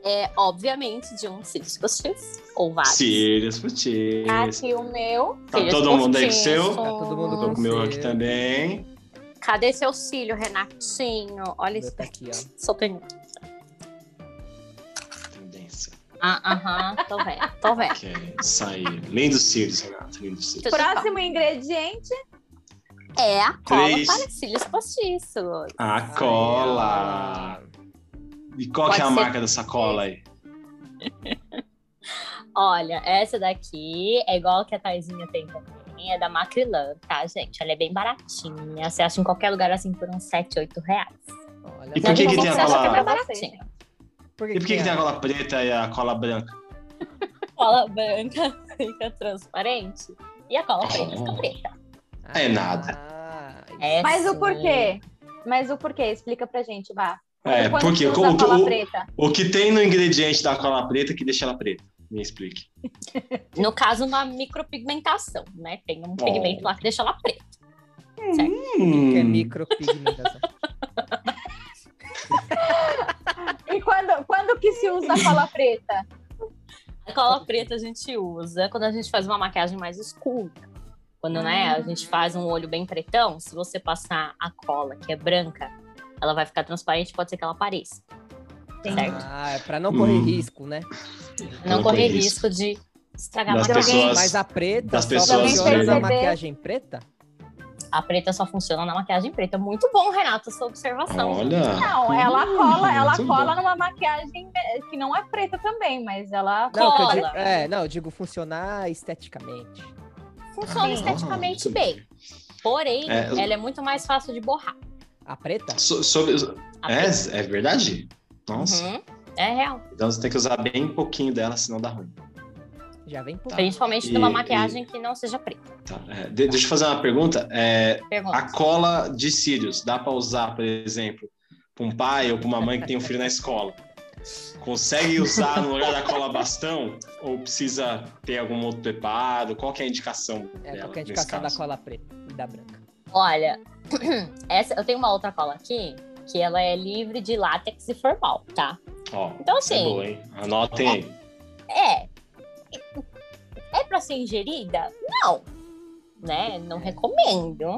Speaker 5: É, obviamente, de um cílios postiços. Ou vários.
Speaker 3: Sirius, Putis.
Speaker 5: Ah,
Speaker 1: Aqui o meu.
Speaker 3: Tá
Speaker 5: Cílios
Speaker 3: todo mundo aí com o seu?
Speaker 5: postiços.
Speaker 4: Tá todo
Speaker 3: Eu
Speaker 4: mundo
Speaker 3: tô com o meu aqui também.
Speaker 5: Cadê seu cílio, Renatinho? Olha
Speaker 4: Meu
Speaker 5: isso
Speaker 4: tá aqui, ó.
Speaker 5: Soltei.
Speaker 3: Tendência.
Speaker 5: Ah, aham, tô vendo, tô vendo.
Speaker 3: Ok, isso aí. Lindo Sirius, Renato. Lindo Sirius.
Speaker 5: Tudo
Speaker 1: Próximo ingrediente.
Speaker 5: É a cola
Speaker 3: Três.
Speaker 5: para cílios postiços.
Speaker 3: A cola. E qual
Speaker 5: Pode
Speaker 3: que é a
Speaker 5: ser-
Speaker 3: marca dessa cola aí?
Speaker 5: Olha, essa daqui é igual que a Taizinha tem também. É da Macrylan, tá, gente? Ela é bem baratinha. Você acha em qualquer lugar assim por uns 7, 8 reais.
Speaker 4: Olha,
Speaker 3: E
Speaker 4: só.
Speaker 3: por que que
Speaker 5: Você
Speaker 3: tem a
Speaker 5: acha
Speaker 3: palavra?
Speaker 5: que
Speaker 1: Pra
Speaker 5: é bem
Speaker 1: vocês,
Speaker 5: baratinha?
Speaker 1: gente.
Speaker 4: Por
Speaker 3: E por que, que tem a
Speaker 4: é?
Speaker 3: cola preta e a cola branca?
Speaker 5: Cola branca fica transparente e a cola preta fica preta.
Speaker 4: Ah,
Speaker 3: É nada.
Speaker 5: É
Speaker 1: Mas
Speaker 5: sim.
Speaker 1: o porquê? Mas o porquê? Explica pra gente, Bá.
Speaker 3: É,
Speaker 1: Quando você
Speaker 3: porque o,
Speaker 1: usa a cola
Speaker 3: o,
Speaker 1: preta.
Speaker 3: o que tem no ingrediente da cola preta que deixa ela preta? Me explique.
Speaker 5: No caso, uma micropigmentação, né? Tem um
Speaker 3: Oh.
Speaker 5: pigmento lá que deixa ela preta.
Speaker 4: Que é
Speaker 3: Hum,
Speaker 4: micropigmentação.
Speaker 1: E quando, quando que se usa a cola preta?
Speaker 5: A cola preta a gente usa quando a gente faz uma maquiagem mais escura. Quando, né, a gente faz um olho bem pretão, se você passar a cola, que é branca, ela vai ficar transparente, pode ser que ela apareça. Certo?
Speaker 4: Ah, é pra não correr
Speaker 3: Hum.
Speaker 4: risco, né?
Speaker 5: Não
Speaker 3: não
Speaker 5: correr
Speaker 3: tem
Speaker 5: risco de estragar
Speaker 3: Das
Speaker 5: a maquiagem.
Speaker 3: pessoas-
Speaker 4: Mas a preta
Speaker 3: das
Speaker 4: só
Speaker 3: pessoas
Speaker 4: funciona a
Speaker 1: verem.
Speaker 4: maquiagem preta?
Speaker 5: A preta só funciona na maquiagem preta. Muito bom, Renato, sua observação.
Speaker 3: Olha. Hum,
Speaker 1: Não, ela cola, ela
Speaker 3: Ah, muito
Speaker 1: cola
Speaker 3: bom.
Speaker 1: numa maquiagem que não é preta também, mas ela
Speaker 4: Não, que eu
Speaker 5: Cola.
Speaker 4: digo, é, não, eu digo funcionar esteticamente.
Speaker 5: Funciona
Speaker 1: Ah,
Speaker 5: esteticamente
Speaker 3: muito
Speaker 5: bem. Porém,
Speaker 3: É, eu-
Speaker 5: ela é muito mais fácil de borrar.
Speaker 4: A preta?
Speaker 3: So- sobre-
Speaker 5: A preta.
Speaker 3: é, é verdade? Nossa.
Speaker 5: Uhum. É real.
Speaker 3: Então você tem que usar bem pouquinho dela, senão dá ruim.
Speaker 4: Já vem por
Speaker 5: Principalmente
Speaker 3: E-
Speaker 5: numa maquiagem que não seja preta.
Speaker 3: Tá? É, de- deixa eu fazer uma pergunta. É,
Speaker 5: Pergunta.
Speaker 3: a cola de cílios, dá pra usar, por exemplo, pra um pai ou pra uma mãe que tem um filho na escola? Consegue usar no lugar da cola bastão? Ou precisa ter algum outro preparo? Qual que é a indicação
Speaker 4: É,
Speaker 3: dela
Speaker 4: qualquer
Speaker 3: nesse
Speaker 4: indicação da
Speaker 3: caso?
Speaker 4: cola preta e da branca.
Speaker 5: Olha, essa, eu tenho uma outra cola aqui que ela é livre de látex e formal, tá?
Speaker 3: Ó,
Speaker 5: Então,
Speaker 3: essa é
Speaker 5: assim,
Speaker 3: boa, hein? Anotem aí.
Speaker 5: É. É pra ser ingerida? Não. Né? Não recomendo.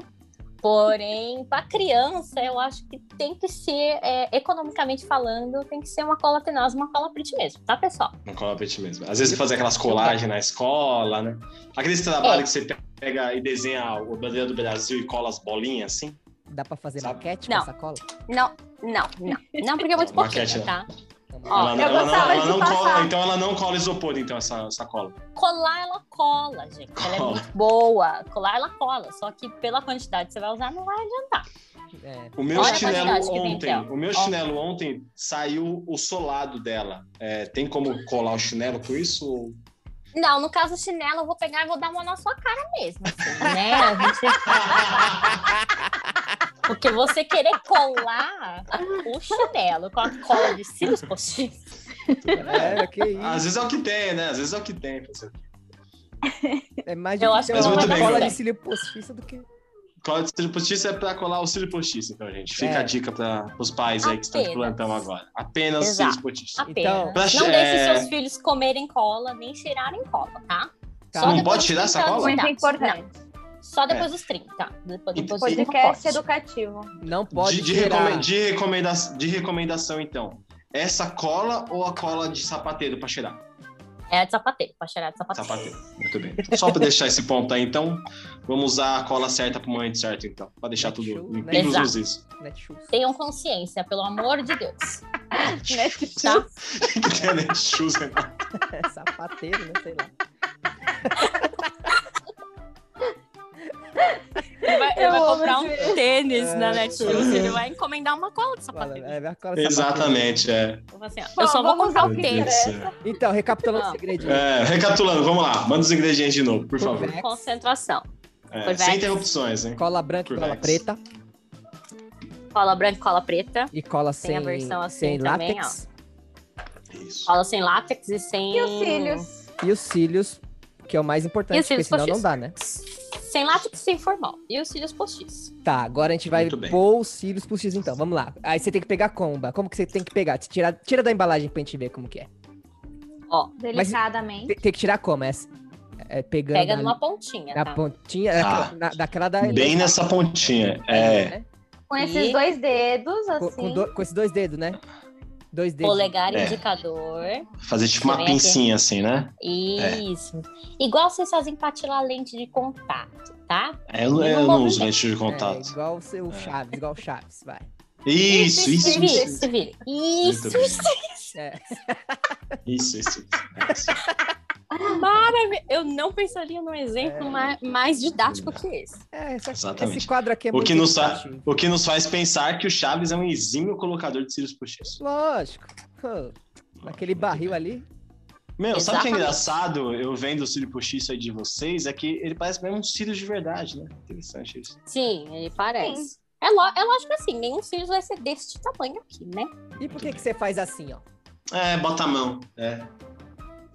Speaker 5: Porém, pra criança, eu acho que tem que ser, é, economicamente falando, tem que ser uma cola tenaz, uma cola print mesmo, tá, pessoal?
Speaker 3: Não cola pra ti mesmo. Às vezes fazer aquelas colagens na escola, né? Aqueles trabalhos que você pega e desenha a bandeira do Brasil e cola as bolinhas, assim.
Speaker 4: Dá pra fazer
Speaker 3: Sabe?
Speaker 4: maquete
Speaker 5: Não.
Speaker 4: com essa cola?
Speaker 5: Não, não, não. Não, porque é muito
Speaker 3: Maquete
Speaker 5: pouquinho, tá?
Speaker 4: Então,
Speaker 5: Ó,
Speaker 3: ela,
Speaker 1: eu
Speaker 3: ela não,
Speaker 1: gostava
Speaker 3: ela
Speaker 1: de
Speaker 3: não
Speaker 1: passar.
Speaker 3: cola, então ela não cola isopor, então, essa, essa cola.
Speaker 5: Colar, ela cola, gente. Ela é
Speaker 3: Cola.
Speaker 5: muito boa. Colar, ela cola. Só que pela quantidade que você vai usar, não vai adiantar.
Speaker 4: é,
Speaker 3: O meu
Speaker 5: Olha a
Speaker 3: chinelo
Speaker 5: quantidade que tem,
Speaker 3: ontem,
Speaker 5: então.
Speaker 3: o meu
Speaker 5: Ó.
Speaker 3: chinelo ontem saiu o solado dela. É, tem como colar o chinelo com isso? Ou-
Speaker 5: Não, no caso chinelo, eu vou pegar e vou dar uma na sua cara mesmo, assim, né? A gente... Porque você querer colar o chinelo com a cola de cílios postiços,
Speaker 4: é, que
Speaker 5: Ah.
Speaker 4: isso.
Speaker 3: Às vezes é o que tem, né? Às vezes é o que tem.
Speaker 4: É mais
Speaker 5: Eu
Speaker 4: difícil
Speaker 5: acho que
Speaker 3: eu vou
Speaker 4: uma
Speaker 3: dar
Speaker 4: cola
Speaker 5: certo.
Speaker 4: de cílio postiço do que...
Speaker 3: Cola de cílio postiço é pra colar o cílio postiço, então, gente. Fica
Speaker 4: É.
Speaker 3: a dica para os pais aí que estão de
Speaker 5: Apenas.
Speaker 3: plantão agora. Apenas
Speaker 5: Exato.
Speaker 3: cílio postiço.
Speaker 5: apenas.
Speaker 4: Então,
Speaker 3: pra-
Speaker 5: não deixe
Speaker 3: é-
Speaker 5: seus filhos comerem cola, nem cheirarem cola, tá?
Speaker 4: Tá.
Speaker 5: Só
Speaker 4: Não
Speaker 5: depois
Speaker 3: pode
Speaker 5: dos
Speaker 3: tirar essa
Speaker 5: 30 anos
Speaker 3: cola? É.
Speaker 5: de
Speaker 1: muito
Speaker 5: idade.
Speaker 1: importante.
Speaker 5: Não, só depois dos 30. Depois, depois dos
Speaker 3: um
Speaker 5: 30
Speaker 1: Podcast
Speaker 5: pode.
Speaker 1: educativo.
Speaker 4: Não pode
Speaker 3: de, de,
Speaker 4: cheirar.
Speaker 3: recomen- de recomenda- de recomendação, então. Essa cola ou a cola de sapateiro pra cheirar?
Speaker 5: É de sapateiro, pra cheirar de sapateiro.
Speaker 3: Sapateiro. Muito bem. Só pra deixar esse ponto aí, então, vamos usar a cola certa pro momento certo, então. Pra deixar tudo
Speaker 4: Show, né?
Speaker 3: limpinho nos
Speaker 5: Exato.
Speaker 3: luzes.
Speaker 4: Netshoes.
Speaker 5: Tenham consciência, pelo amor de Deus. Tá?
Speaker 4: Tá.
Speaker 1: Né?
Speaker 3: Internet shoes, né?
Speaker 4: É sapateiro, né? Sei lá.
Speaker 5: Ele vai, ele
Speaker 1: Eu
Speaker 5: vai
Speaker 1: amo
Speaker 5: comprar
Speaker 1: esse-
Speaker 5: um tênis na
Speaker 4: É.
Speaker 5: Netshoes, ele vai encomendar uma cola de
Speaker 4: Fala,
Speaker 5: sapateiro.
Speaker 4: é, a cola de sapateiro.
Speaker 3: Exatamente, é.
Speaker 5: Eu, vou assim, ó,
Speaker 1: Bom,
Speaker 5: eu só vou
Speaker 1: vamos
Speaker 5: comprar
Speaker 1: ao
Speaker 5: o
Speaker 1: que
Speaker 5: tênis.
Speaker 1: interessa.
Speaker 4: Então, recapitulando
Speaker 1: Não.
Speaker 4: os ingredientes.
Speaker 3: É, recapitulando, vamos lá. Manda os ingredientes de novo, por favor.
Speaker 4: Convex,
Speaker 5: Concentração.
Speaker 3: É,
Speaker 5: Convex.
Speaker 3: sem interrupções, hein?
Speaker 4: Cola branca e cola
Speaker 3: Convex.
Speaker 4: preta.
Speaker 5: Cola branca e cola preta.
Speaker 4: E cola
Speaker 5: Tem
Speaker 4: sem,
Speaker 5: a versão assim
Speaker 4: sem
Speaker 5: também,
Speaker 4: látex.
Speaker 3: Isso.
Speaker 5: Cola sem látex e sem.
Speaker 1: E os cílios?
Speaker 4: E os cílios, que é o mais
Speaker 5: E
Speaker 4: importante,
Speaker 5: os
Speaker 4: porque
Speaker 5: cílios
Speaker 4: senão não dá, né?
Speaker 5: Sem látex e sem formal. E os cílios postiços.
Speaker 4: Tá, agora a gente vai
Speaker 3: Muito bem.
Speaker 4: pôr os cílios pros X, então. Vamos lá. Aí você tem que pegar a comba. Como que você tem que pegar? Tira, tira da embalagem pra gente ver como que é.
Speaker 1: Delicadamente.
Speaker 4: Tem, tem que tirar como? É, é pegando
Speaker 5: Pega
Speaker 4: na-
Speaker 5: numa pontinha,
Speaker 4: na
Speaker 5: tá?
Speaker 4: pontinha, daquela, na- daquela da...
Speaker 3: Ah. Bem nessa pontinha. É.
Speaker 4: né?
Speaker 1: Com esses
Speaker 5: E-
Speaker 1: dois dedos,
Speaker 4: Com,
Speaker 1: assim.
Speaker 4: com do- com esses dois dedos, né? Dois dedos.
Speaker 5: Polegar
Speaker 3: É.
Speaker 5: indicador.
Speaker 3: Fazer tipo uma
Speaker 5: Vem aqui.
Speaker 3: pincinha assim, né?
Speaker 5: Isso. Igual vocês fazem pra tirar lente de contato, tá?
Speaker 3: É, Eu,
Speaker 5: E no
Speaker 3: eu não uso
Speaker 5: movimento.
Speaker 3: lente de
Speaker 4: É,
Speaker 3: contato.
Speaker 4: igual o seu
Speaker 3: É.
Speaker 4: Chaves, igual o Chaves, vai.
Speaker 3: Isso, isso,
Speaker 5: Se
Speaker 3: isso.
Speaker 5: vire, se vire. Isso.
Speaker 3: Muito bem.
Speaker 4: É.
Speaker 3: Isso, isso. É isso.
Speaker 5: Maravilha. Eu não pensaria num exemplo ma- mais didático que esse.
Speaker 4: É, essa-
Speaker 3: Exatamente.
Speaker 4: esse quadro aqui é
Speaker 3: O
Speaker 4: muito
Speaker 3: que nos sa-
Speaker 4: educativo.
Speaker 3: O que nos faz pensar que o Chaves é um exímio colocador de cílios postiços.
Speaker 4: Lógico. Pô, naquele barril ali.
Speaker 3: Meu, sabe o que é
Speaker 5: Exatamente.
Speaker 3: engraçado? Eu vendo o cílio postiço aí de vocês, é que ele parece mesmo um cílio de verdade, né? Interessante isso.
Speaker 5: Sim, ele parece. É, lo- é lógico assim, nenhum Sirius vai ser deste tamanho aqui, né?
Speaker 4: E por que que você faz assim, ó?
Speaker 3: É, bota a mão. É.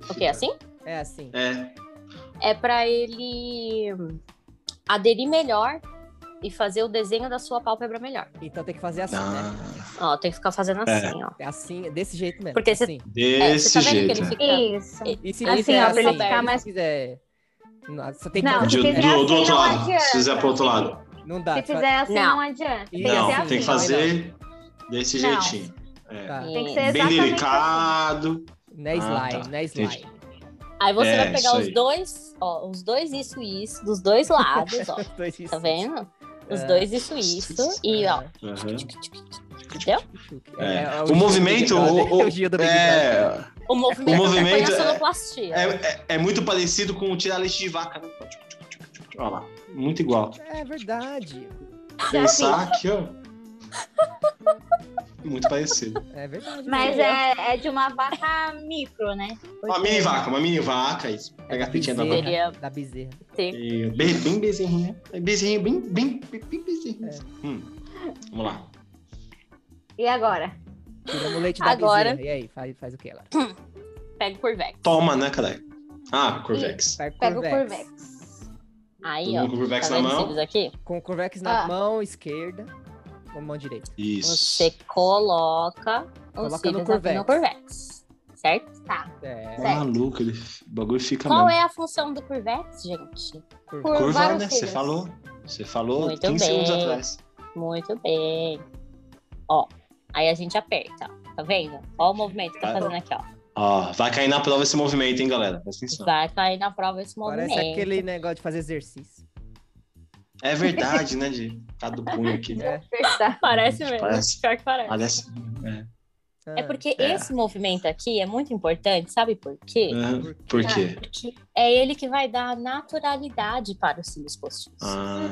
Speaker 5: Porque assim
Speaker 4: É assim.
Speaker 3: É.
Speaker 5: é pra ele aderir melhor e fazer o desenho da sua pálpebra melhor.
Speaker 4: Então tem que fazer assim, né?
Speaker 3: Ah,
Speaker 5: Ó, tem que ficar fazendo assim, ó.
Speaker 4: É assim, desse jeito mesmo.
Speaker 5: Porque
Speaker 4: assim.
Speaker 5: É,
Speaker 3: desse
Speaker 5: você tá vendo
Speaker 3: jeito.
Speaker 5: que ele fica.
Speaker 1: Isso.
Speaker 4: E se
Speaker 5: Assim,
Speaker 4: quiser
Speaker 5: ó, pra ele
Speaker 1: ficar mais-
Speaker 4: se quiser... Não, Você tem que
Speaker 1: Não,
Speaker 4: fazer- né?
Speaker 1: se
Speaker 3: De-
Speaker 1: fizer
Speaker 3: do, do
Speaker 1: assim,
Speaker 3: outro
Speaker 1: não
Speaker 3: lado.
Speaker 1: adianta.
Speaker 3: Se fizer pro outro lado.
Speaker 4: Não dá.
Speaker 1: Se
Speaker 4: você faz-
Speaker 1: fizer assim,
Speaker 5: Não.
Speaker 1: não, adianta. Tem
Speaker 4: Não,
Speaker 1: que ser
Speaker 3: Não,
Speaker 1: assim.
Speaker 3: tem que fazer desse
Speaker 1: Não.
Speaker 3: jeitinho. É.
Speaker 4: Tá.
Speaker 1: Tem que ser
Speaker 3: Bem
Speaker 1: exatamente assim.
Speaker 3: delicado.
Speaker 4: Não é slide,
Speaker 3: Ah, tá.
Speaker 4: não é slide.
Speaker 5: Aí você
Speaker 3: É,
Speaker 5: vai pegar
Speaker 3: isso
Speaker 5: os
Speaker 3: aí.
Speaker 5: dois, ó, os dois isso e isso, dos dois lados, ó.
Speaker 4: Dois É, isso.
Speaker 5: Tá vendo? Os
Speaker 4: É.
Speaker 5: dois isso e isso. E, ó.
Speaker 3: Aham.
Speaker 5: assim. Entendeu?
Speaker 3: É.
Speaker 4: é
Speaker 3: O
Speaker 4: Gil do
Speaker 3: movimento,
Speaker 4: Big Brother,
Speaker 3: o- o-
Speaker 4: é o Gil do Big Brother.
Speaker 3: É,
Speaker 5: O movimento,
Speaker 3: O movimento
Speaker 5: foi
Speaker 3: é-
Speaker 5: a sonoplastia.
Speaker 3: é, é- é muito parecido com o tirar leite de vaca. né? Olha lá. Muito igual.
Speaker 4: É verdade.
Speaker 3: Pensar aqui, ó. Muito parecido.
Speaker 4: É verdade.
Speaker 1: Mas é, é de uma vaca micro, né?
Speaker 3: Uma
Speaker 5: é.
Speaker 3: mini vaca, uma mini vaca. Isso. Pega a fitinha da vaca.
Speaker 5: Seria-
Speaker 4: Da bezerra.
Speaker 3: É, Bem, bem bezerrinha. É Bezerrinha, bem, bem, bem, bem bezerrinha.
Speaker 5: É.
Speaker 3: Hum. Vamos lá.
Speaker 1: E agora?
Speaker 4: Tiramos o leite da
Speaker 5: Agora-
Speaker 4: bezerra. E aí, faz, faz o que ela?
Speaker 5: Pega o Corvex.
Speaker 3: Toma, né, cadê? Ah, Corvex.
Speaker 4: Pega o
Speaker 1: Pega o
Speaker 4: Corvex.
Speaker 1: Corvex.
Speaker 5: Aí,
Speaker 3: Todo
Speaker 5: ó.
Speaker 3: mundo com o
Speaker 5: Tá
Speaker 3: Corvex na
Speaker 5: vendo
Speaker 3: mão.
Speaker 5: Sirius aqui?
Speaker 4: Com o Corvex na
Speaker 1: Ah.
Speaker 4: mão esquerda, com a mão direita.
Speaker 3: Isso.
Speaker 5: Você coloca o
Speaker 4: Coloca no
Speaker 5: Sirius aqui no Corvex. Certo? Tá.
Speaker 4: É,
Speaker 1: Certo.
Speaker 3: Maluco, ele, o bagulho fica
Speaker 5: Qual
Speaker 3: mesmo.
Speaker 5: é a função do Corvex, gente?
Speaker 4: Corvex.
Speaker 3: Curva,
Speaker 1: Vários
Speaker 3: né? Você
Speaker 1: filhos.
Speaker 3: falou. Você falou
Speaker 5: Muito
Speaker 3: 15 segundos
Speaker 5: bem.
Speaker 3: atrás.
Speaker 5: Muito bem. Ó. Aí a gente aperta. ó. Tá vendo? Ó o movimento que tá
Speaker 3: Ah.
Speaker 5: fazendo aqui, ó.
Speaker 3: Ó, vai cair na prova esse movimento, hein, galera? Presta atenção.
Speaker 5: Vai cair na prova esse movimento.
Speaker 4: Parece aquele negócio de fazer exercício.
Speaker 3: É verdade, né, de Tá do punho aqui. né?
Speaker 4: É.
Speaker 1: Perfeito.
Speaker 5: Parece mesmo.
Speaker 3: Parece.
Speaker 5: Pior que parece.
Speaker 3: Parece. É.
Speaker 4: Ah,
Speaker 5: É porque
Speaker 3: É.
Speaker 5: esse movimento aqui é muito importante, sabe por quê?
Speaker 3: Aham. Por quê?
Speaker 5: Porque é ele que vai dar naturalidade para os cílios postiços. Ah.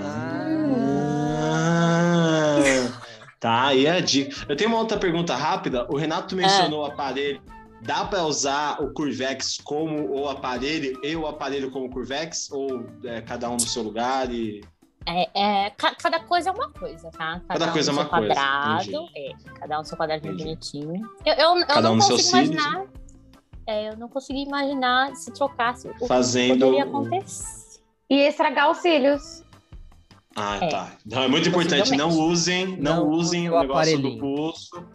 Speaker 3: Ah. Tá, aí a dica. Eu tenho uma outra pergunta rápida. O
Speaker 5: Ah.
Speaker 3: Renato mencionou o aparelho. Dá pra usar o Curvex como o aparelho e o aparelho como Curvex? Ou é, cada um no seu lugar e.
Speaker 5: É, é, ca- cada coisa é uma coisa, tá? Cada,
Speaker 3: Cada coisa é
Speaker 5: um no
Speaker 3: uma
Speaker 5: seu
Speaker 3: coisa,
Speaker 5: quadrado. É, cada um no seu quadradinho
Speaker 3: Entendi.
Speaker 5: bonitinho. Eu, eu, eu
Speaker 3: Cada
Speaker 5: não
Speaker 3: um no seu
Speaker 5: consigo
Speaker 3: cílio.
Speaker 5: imaginar. É, eu não consegui imaginar se trocasse o que
Speaker 3: Fazendo.
Speaker 5: poderia
Speaker 3: o-
Speaker 5: acontecer.
Speaker 1: E estragar os cílios.
Speaker 3: Ah,
Speaker 5: É.
Speaker 3: tá. Não, é muito importante. Não
Speaker 5: Possivelmente.
Speaker 3: usem, não,
Speaker 4: Tipo assim, Não
Speaker 3: usem
Speaker 4: use
Speaker 3: o
Speaker 4: o
Speaker 3: negócio do
Speaker 4: aparelhinho.
Speaker 3: pulso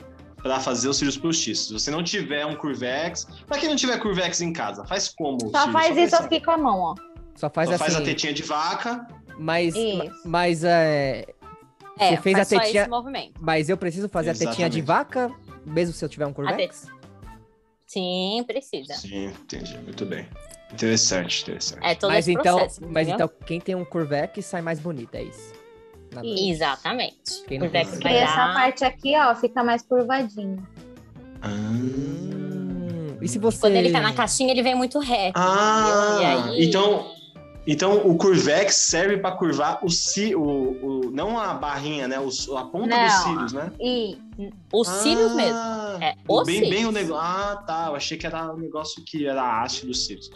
Speaker 3: para fazer os cílios postiços. Se você não tiver um Curvex, pra quem não tiver Curvex em casa, faz como? o
Speaker 1: Só
Speaker 3: cílio?
Speaker 1: faz isso
Speaker 5: assim.
Speaker 3: essa-
Speaker 1: aqui com a mão, ó.
Speaker 4: Só faz
Speaker 3: Só
Speaker 4: assim.
Speaker 3: faz a tetinha de vaca.
Speaker 4: Mas,
Speaker 1: Isso.
Speaker 4: mas, é,
Speaker 5: É,
Speaker 4: Você fez
Speaker 5: faz
Speaker 4: a
Speaker 5: só
Speaker 4: tetinha-
Speaker 5: esse movimento.
Speaker 4: mas eu preciso fazer a tetinha de
Speaker 3: Exatamente.
Speaker 4: vaca, mesmo se eu tiver um Corvex?
Speaker 5: Sim, precisa.
Speaker 3: Sim, entendi. Muito bem. Interessante, interessante.
Speaker 5: É todo
Speaker 4: Mas
Speaker 5: esse
Speaker 4: então,
Speaker 5: processo.
Speaker 4: mas
Speaker 5: entendeu?
Speaker 4: então quem tem um Corvex sai mais bonito, é isso. Na-
Speaker 1: Isso.
Speaker 5: Exatamente.
Speaker 4: Quem
Speaker 5: O
Speaker 4: não
Speaker 5: Vex
Speaker 3: consegue.
Speaker 1: E
Speaker 5: vai
Speaker 1: essa
Speaker 5: dar...
Speaker 1: parte aqui, ó, fica mais curvadinha.
Speaker 3: Ah.
Speaker 4: Hum, E se você.
Speaker 5: Quando ele tá na caixinha, ele vem muito reto.
Speaker 3: Ah,
Speaker 5: entendeu? E aí-
Speaker 3: então- Então, o Curvex serve para curvar o, ci, o, o- não a barrinha, né? Os- a ponta
Speaker 1: Não.
Speaker 3: dos cílios, né?
Speaker 1: E
Speaker 5: Os cílios
Speaker 3: Ah,
Speaker 5: mesmo. É,
Speaker 3: o
Speaker 5: os
Speaker 3: bem,
Speaker 5: cílios.
Speaker 3: bem o negócio. Ah, tá. Eu achei que era o negócio que era a haste dos cílios.